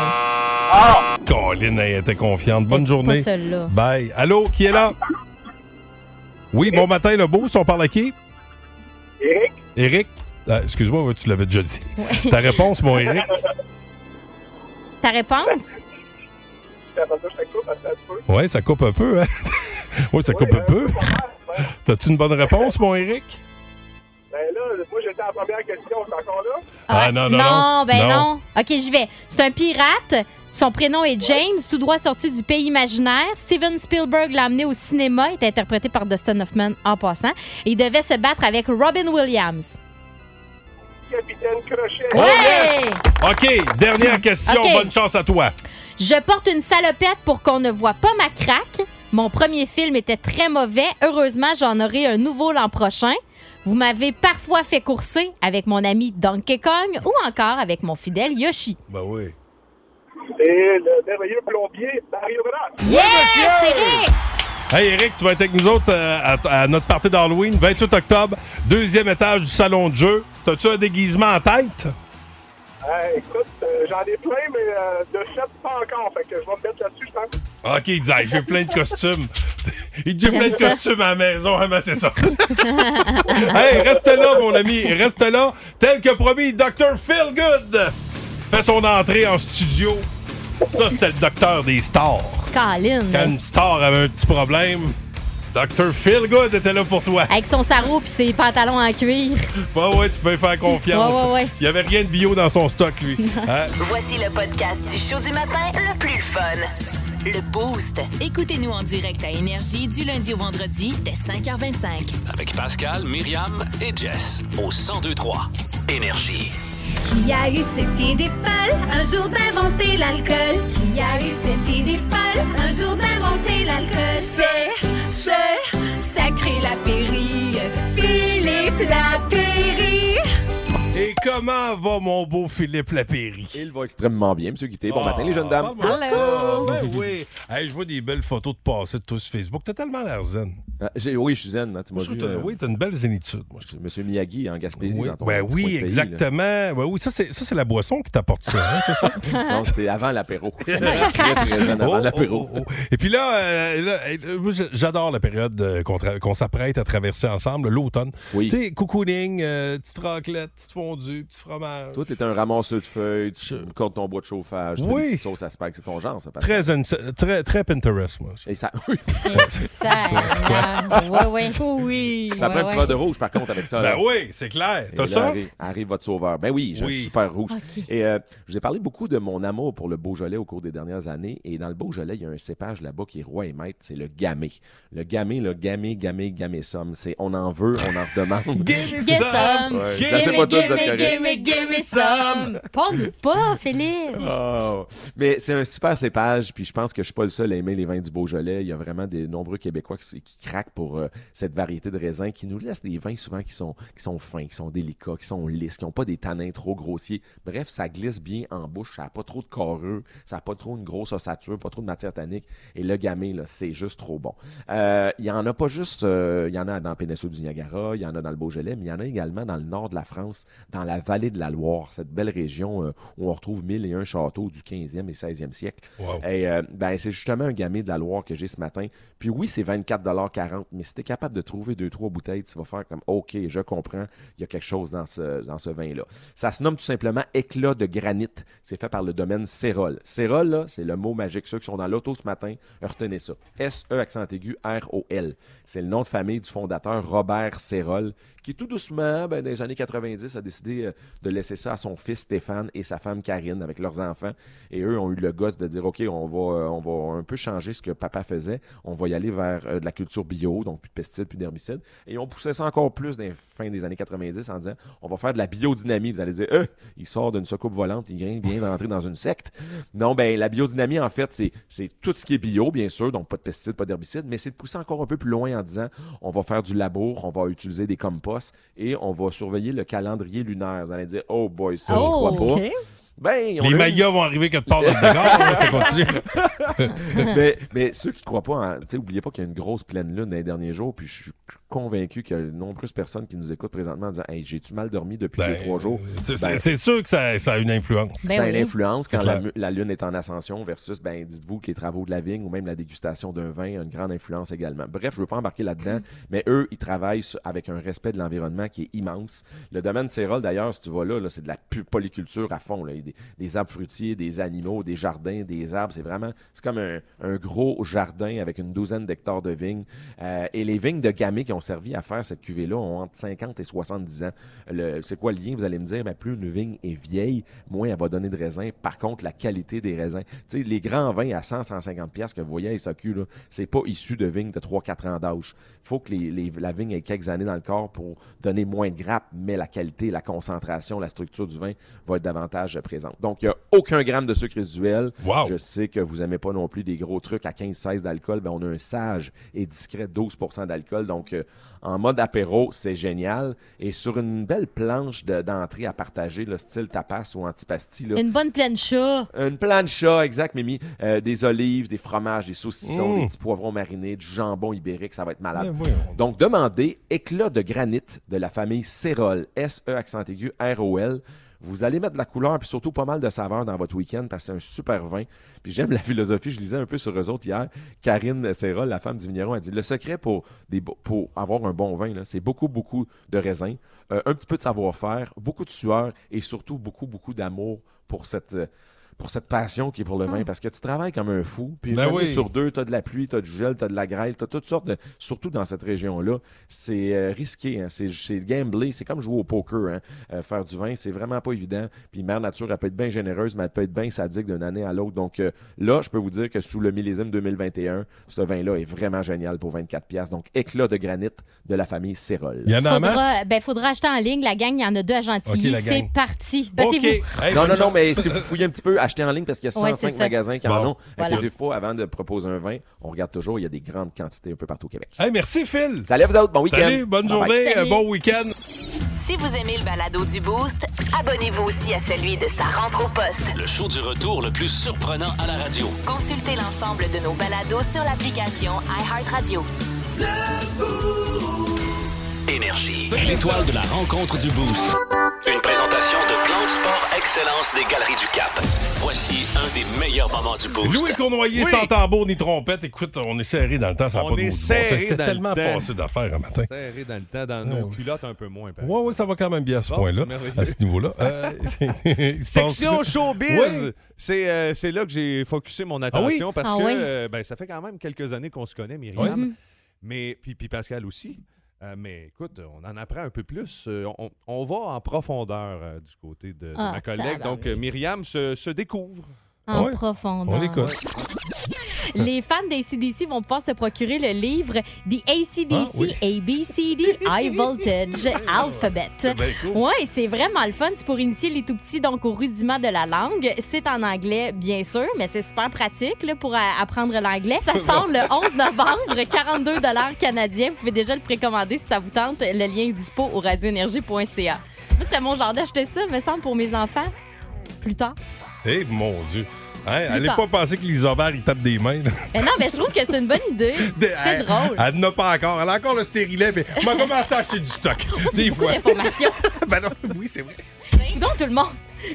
S3: Colin, elle était confiante. Bonne journée.
S6: pas celle-là.
S3: Bye. Allô, qui est là? Oui, bon matin, le beau. On parle à qui?
S18: Eric.
S3: Eric? Ah, Excuse-moi, ouais, tu l'avais déjà dit. Ta réponse, mon Eric?
S6: Ta réponse?
S3: Oui, ça coupe un peu, hein? oui, ça coupe un peu. T'as-tu une bonne réponse, mon Eric?
S18: Ben là, moi j'étais à la première question, c'est encore là?
S3: Ah, non, non, non.
S6: ben non.
S3: Non.
S6: OK, je vais. C'est un pirate. Son prénom est James, tout droit sorti du pays imaginaire. Steven Spielberg l'a amené au cinéma. Il est interprété par Dustin Hoffman en passant. Et il devait se battre avec Robin Williams.
S18: Capitaine Crochet.
S3: Oh,
S6: Ouais!
S3: OK, dernière question.
S6: Oh, OK.
S3: Bonne chance à toi.
S6: Je porte une salopette pour qu'on ne voit pas ma craque. Mon premier film était très mauvais. Heureusement, j'en aurai un nouveau l'an prochain. Vous m'avez parfois fait courser avec mon ami Donkey Kong ou encore avec mon fidèle Yoshi.
S3: Ben oui.
S18: Et le merveilleux plombier Mario Bras.
S6: Yeah! Eric!
S3: Hey Eric, tu vas être avec nous autres euh, à, à notre party d'Halloween, 28 octobre, deuxième étage du salon de jeu. T'as-tu un déguisement en tête?
S18: Eh, écoute, euh, j'en ai plein, mais euh, de fait, pas encore. Fait que je vais me mettre là-dessus, je pense.
S3: Ok, il dit, Hey, j'ai plein de costumes. Il dit, j'ai plein
S18: J'aime
S3: de
S18: ça.
S3: costumes à la maison, hein, ben, c'est ça. hey, reste là, mon ami, reste là. Tel que promis, Dr. Feelgood fait son entrée en studio. Ça, c'était le docteur des stars.
S6: Colin.
S3: Quand une star avait un petit problème, Dr. Feelgood était là pour toi.
S6: Avec son sarrau puis ses pantalons en cuir.
S3: Ouais, ouais, tu peux lui faire confiance.
S6: Ouais, ouais, ouais.
S3: Il n'y avait rien de bio dans son stock, lui. Hein?
S1: Voici le podcast du show du matin le plus fun. Le Boost.
S5: Écoutez-nous en direct à Énergie du lundi au vendredi dès 5h25.
S2: Avec Pascal, Myriam et Jess au 1023 Énergie.
S15: Qui a eu cette idée folle un jour d'inventer l'alcool? Qui a eu cette idée folle un jour d'inventer l'alcool? C'est ce sacré Lapéry, Philippe Lapéry.
S3: Et comment va mon beau Philippe Lapéry?
S14: Il va extrêmement bien, Monsieur Guité. Bon
S3: Ah,
S14: matin, les jeunes dames.
S3: pas mal. Ben oui. Hey, je vois des belles photos de passé de tous sur Facebook. T'as tellement l'air zen.
S14: Ah, j'ai- oui, je suis zen. hein, tu m'as
S3: Je trouve
S14: vu,
S3: que t'as-
S14: euh,
S3: oui, t'as une belle zénitude. moi.
S14: Monsieur Miyagi en Gaspésie.
S3: Oui,
S14: dans ton
S3: ben
S14: petit coin de
S3: oui,
S14: pays, là.
S3: exactement. Ben oui, ça, c'est ça, c'est la boisson qui t'apporte ça, hein, c'est ça?
S14: Non, c'est avant l'apéro. Très, très zen avant
S3: Oh,
S14: l'apéro.
S3: oh, oh, oh. Et puis là, euh, là, euh, moi, j- j'adore la période euh, qu'on tra- qu'on s'apprête à traverser ensemble, l'automne. Tu sais, cocooning, euh, petite raclette, petite fondue, petit fromage.
S14: Toi, t'es un ramasseur de feuilles, tu cordes ton bois de chauffage, tu
S3: Oui.
S14: des petites sauces à spag, c'est ton genre, ça. Pascal.
S3: Très, ins- très, très Pinterest, moi.
S14: Et ça, oui.
S6: Ouais, ouais.
S7: Oui.
S14: Ça prend un petit verre de rouge, par contre, avec ça.
S3: Ben
S14: là.
S3: oui, c'est clair.
S14: Et
S3: T'as
S14: là,
S3: ça?
S14: Arrive, arrive votre sauveur. Ben oui, j'ai
S3: Oui.
S14: un super rouge.
S3: Ok.
S14: Et euh, je vous ai parlé beaucoup de mon amour pour le Beaujolais au cours des dernières années. Et dans le Beaujolais, il y a un cépage là-bas qui est roi et maître, c'est le gamay. Le gamay, le gamay, gamay, gamay somme. C'est on en veut, on en redemande.
S3: Gamay
S6: Get some.
S14: Ouais, je la sais
S6: Gimme,
S14: pas tous, vous êtes
S6: gimme,
S14: corrects.
S6: gimme, gimme some. Pas nous pas, Philippe.
S14: Oh. Mais c'est un super cépage, puis je pense que je suis pas le seul à aimer les vins du Beaujolais. Il y a vraiment des nombreux Québécois qui, s- qui craquent pour euh, cette variété de raisins qui nous laisse des vins souvent qui sont, qui sont fins, qui sont délicats, qui sont lisses, qui n'ont pas des tanins trop grossiers. Bref, ça glisse bien en bouche, ça n'a pas trop de carreux, ça n'a pas trop une grosse ossature, pas trop de matière tannique. Et le gamay, là, c'est juste trop bon. Euh, Il y en a pas juste, euh, il y en a dans la péninsule du Niagara, il y en a dans le Beaujolais, mais il y en a également dans le nord de la France, dans la vallée de la Loire, cette belle région euh, où on retrouve 1001 châteaux du 15e et 16e siècle. Et euh, ben, c'est justement un gamay de la Loire que j'ai ce matin. Puis oui, c'est 24,40 mais si tu es capable de trouver deux, trois bouteilles, tu vas faire comme OK, je comprends, il y a quelque chose dans ce, dans ce vin-là. Ça se nomme tout simplement éclat de granit. C'est fait par le domaine Cérol. Cérol, là, c'est le mot magique. Ceux qui sont dans l'auto ce matin, retenez ça. S-E accent aigu R-O-L. C'est le nom de famille du fondateur Robert Cérol, qui tout doucement, ben, dans les années 90, a décidé euh, de, de laisser ça à son fils Stéphane et sa femme Karine avec leurs enfants. Et eux ont eu le gosse de dire, OK, on va, euh, on va un peu changer ce que papa faisait. On va y aller vers euh, de la culture bio, donc plus de pesticides, plus d'herbicides. Et on poussait ça encore plus dans les fins des années 90 en disant, on va faire de la biodynamie. Vous allez dire, euh, il sort d'une soucoupe volante, il vient vient d'entrer dans une secte. Non, ben la biodynamie, en fait, c'est- c'est tout ce qui est bio, bien sûr, donc pas de pesticides, pas d'herbicides, mais c'est de pousser encore un peu plus loin en disant on va faire du labour, on va utiliser des composts et on va surveiller le calendrier lunaire. Vous allez dire, oh boy, ça, je
S3: Oh,
S14: crois pas.
S3: ok.
S14: Ben, on
S3: Les
S14: a eu-
S3: maillots vont arriver quelque part dans le décor, là, ça continue.
S14: mais, mais ceux qui ne croient pas, en- tu sais, oubliez pas qu'il y a une grosse pleine lune dans les derniers jours, puis je suis convaincu qu'il y a de nombreuses personnes qui nous écoutent présentement en disant Hey, j'ai-tu mal dormi depuis
S3: Ben,
S14: deux, trois jours
S3: C'est-
S14: Ben,
S3: C'est c'est sûr que ça, ça a une influence.
S14: ça a une influence quand
S3: C'est
S14: la,
S3: clair.
S14: mu- la lune est en ascension versus, ben, dites-vous que les travaux de la vigne ou même la dégustation d'un vin a une grande influence également. Bref, je veux pas embarquer là-dedans, mais eux, ils travaillent sur- avec un respect de l'environnement qui est immense. Le domaine Cérol, d'ailleurs, si tu vas là, là, c'est de la pu- polyculture à fond. là. Il y a Des, des arbres fruitiers, des animaux, des jardins, des arbres. C'est vraiment, c'est comme un, un gros jardin avec une douzaine d'hectares de vignes. Euh, et les vignes de Gamay qui ont servi à faire cette cuvée-là ont entre 50 et 70 ans. Le- C'est quoi le lien? Vous allez me dire, mais plus une vigne est vieille, moins elle va donner de raisins. Par contre, la qualité des raisins. Tu sais, les grands vins à 100, 150 pièces que vous voyez à SAQ, là, c'est pas issu de vignes de 3-4 ans d'âge. faut que les- les- la vigne ait quelques années dans le corps pour donner moins de grappes, mais la qualité, la concentration, la structure du vin va être davantage euh, présente. Donc, il n'y a aucun gramme de sucre résiduel. Je sais que vous n'aimez pas non plus des gros trucs à 15-16 d'alcool. Ben, on a un sage et discret 12 d'alcool. Donc, euh, en mode apéro, c'est génial. Et sur une belle planche de- d'entrée à partager, le style tapas ou antipasti, là,
S6: Une bonne pleine chat.
S14: une plancha, exact, Mimi. Euh, des olives, des fromages, des saucissons,
S2: Mm.
S3: Hmm.
S14: des petits poivrons marinés, du jambon ibérique, ça va être
S3: Ben
S14: malade.
S2: Mais voyons
S14: Donc, demandez éclat de granit de la famille Cérol, S-E accent aigu, R-O-L. Vous allez mettre de la couleur puis surtout pas mal de saveur dans votre week-end parce que c'est un super vin. Puis j'aime la philosophie, je lisais un peu sur eux autres hier. Karine Cérol, la femme du vigneron, a dit le secret pour, des, bo- pour avoir un bon vin, là, c'est beaucoup, beaucoup de raisins, euh, un petit peu de savoir-faire, beaucoup de sueur et surtout beaucoup, beaucoup d'amour pour cette. euh, pour cette passion qui est pour le vin, parce que tu travailles comme un fou, puis une
S3: Ben
S14: année
S3: oui.
S14: sur deux, tu as de la pluie, tu as du gel, tu as de la grêle, tu as toutes sortes de. Surtout dans cette région-là, c'est euh, risqué, hein, c'est- c'est gambler, c'est comme jouer au poker. hein. Euh, faire du vin, c'est vraiment pas évident. Puis Mère Nature, elle peut être bien généreuse, mais elle peut être bien sadique d'une année à l'autre. Donc euh, là, je peux vous dire que sous le millésime 2021, ce vin-là est vraiment génial pour 24$. piastres. Donc éclat de granit de la famille Cérol.
S6: Faudra, ben, faudra acheter en ligne. La gang, il y en a deux à Gentilly.
S14: Ok, la gang.
S6: c'est parti. Battez-vous.
S14: non, non, non, mais si vous fouillez un petit peu, achetez en ligne parce qu'il y a
S6: Ouais,
S14: 105
S6: c'est ça.
S14: magasins qui en
S6: Bon.
S14: ont.
S6: Voilà.
S14: Inquiétez-vous pas, avant de proposer un vin, on regarde toujours, il y a des grandes quantités un peu partout au Québec.
S3: Hey, merci Phil.
S14: Salut à vous autres, bon week-end.
S3: Salut, bonne
S14: Bye bye.
S3: journée,
S5: Salut.
S3: euh, bon week-end.
S5: Si vous aimez le balado du Boost, abonnez-vous aussi à celui de sa rentre au poste.
S2: Le show du retour le plus surprenant à la radio.
S5: Consultez l'ensemble de nos balados sur l'application iHeartRadio.
S2: Énergie. L'étoile de la rencontre du Boost. Une présentation de Plan de Sport Excellence des Galeries du Cap. Voici un des meilleurs moments du Boost.
S3: Louis Cournoyer
S2: Oui.
S3: sans tambour ni trompette. Écoute, on est serré dans le temps, ça n'a
S19: On
S3: pas de
S19: est
S3: maudit bon sens.
S19: serré
S3: C'est
S19: dans
S3: tellement
S19: le temps.
S3: passé d'affaires un matin.
S19: Serré dans le temps, dans
S3: Ah
S19: nos
S3: oui.
S19: culottes un peu moins. par
S3: Ouais, ouais, ça va quand même bien à ce
S19: Bon,
S3: point-là,
S19: c'est merveilleux.
S3: à ce niveau-là. Euh, il pense
S19: Section
S3: que-
S19: showbiz,
S3: Oui.
S19: c'est euh, c'est là que j'ai focusé mon attention
S3: Ah oui?
S19: parce
S3: Ah
S19: que
S3: oui.
S19: euh, ben, ça fait quand même quelques années qu'on se connaît, Myriam,
S6: Mhm.
S3: Oui.
S19: mais puis, puis Pascal aussi. Euh, mais écoute, on en apprend un peu plus. Euh, on, on va en profondeur euh, du côté de, de
S6: Ah,
S19: ma collègue. Donc, euh, Myriam se, se découvre.
S6: En Ah ouais? profondeur. On l'écoute. Les fans des CDC vont pouvoir se procurer le livre The ACDC
S15: Ah, oui.
S6: ABCD High Voltage Alphabet.
S15: C'est bien cool.
S6: Ouais, c'est vraiment le fun. C'est pour initier les tout petits donc au rudiment de la langue. C'est en anglais, bien sûr, mais c'est super pratique là, pour euh, apprendre l'anglais. Ça sort le 11 novembre, 42 canadiens. Vous pouvez déjà le précommander si ça vous tente. Le lien est dispo au radioénergie.ca. Moi, c'est mon genre d'acheter ça, me semble, pour mes enfants. Plus tard.
S3: Eh mon Dieu. Hein,
S6: Plus
S3: allez
S6: tard.
S3: pas penser que les ovaires, ils tapent des mains. là.
S6: Mais non, mais je trouve que c'est une bonne idée. C'est
S3: Elle-
S6: drôle.
S3: Elle n'a pas encore. Elle a encore le stérilet, mais on va commencer à acheter du stock. Des
S6: Beaucoup
S3: fois.
S6: d'informations.
S3: ben non, oui, c'est vrai.
S6: Donc, tout le monde.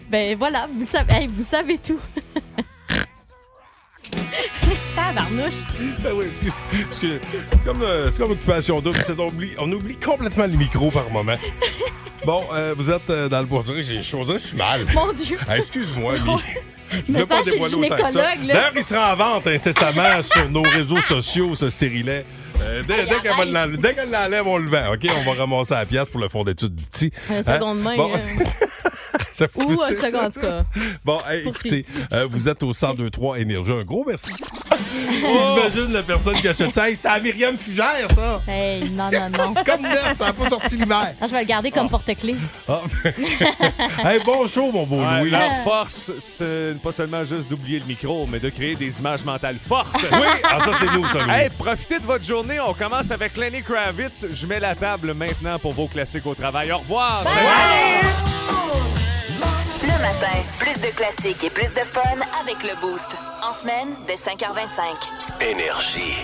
S6: Ben voilà, vous le savez, hey, vous savez tout. Tabarnouche.
S3: Ben oui, excuse- excuse- c'est comme, euh, c'est comme occupation double. c'est- On oublie, on oublie complètement les micros par moment. Bon, euh, vous êtes euh, dans le bois. On dirait que J'ai chaud, On dirait que je suis mal.
S6: Mon Dieu.
S3: Ah, Excuse-moi, mais Je voulais pas
S6: Message chez le
S3: dévoiler autant que ça.
S6: gynécologue, là.
S3: D'ailleurs, il sera en vente incessamment sur nos réseaux sociaux, ce stérilet. Euh, dès dès qu'elle va l'enle- dès qu'elle l'enlève, on le vend. OK, on va ramasser la pièce pour le fond d'études du petit. Hein?
S6: Un second de main,
S3: Ça peut
S6: Ou un
S3: aussi,
S6: second,
S3: ça.
S6: en tout cas.
S3: Bon, hey,
S6: Poursuis.
S3: écoutez, euh, vous êtes au 1023 Énergie. Un gros merci.
S19: Oh!
S3: J'imagine la personne qui achète ça. Hey, C'était à Myriam Fugère, ça.
S6: Hey, non, non, non.
S3: Comme neuf, ça n'a pas sorti l'hiver.
S6: Non, je vais le garder comme porte-clés.
S3: Ah. hey, bon show, mon beau
S19: Ouais,
S3: Louis.
S19: Leur force, c'est pas seulement juste d'oublier le micro, mais de créer des images mentales fortes.
S3: Oui, ah, ça, c'est nous, ça, Louis.
S19: Hey, profitez de votre journée. On commence avec Lenny Kravitz. Je mets la table maintenant pour vos classiques au travail. Au revoir. Salut.
S5: Le matin, plus de classiques et plus de fun avec le Boost. En semaine, dès 5h25.
S2: Énergie.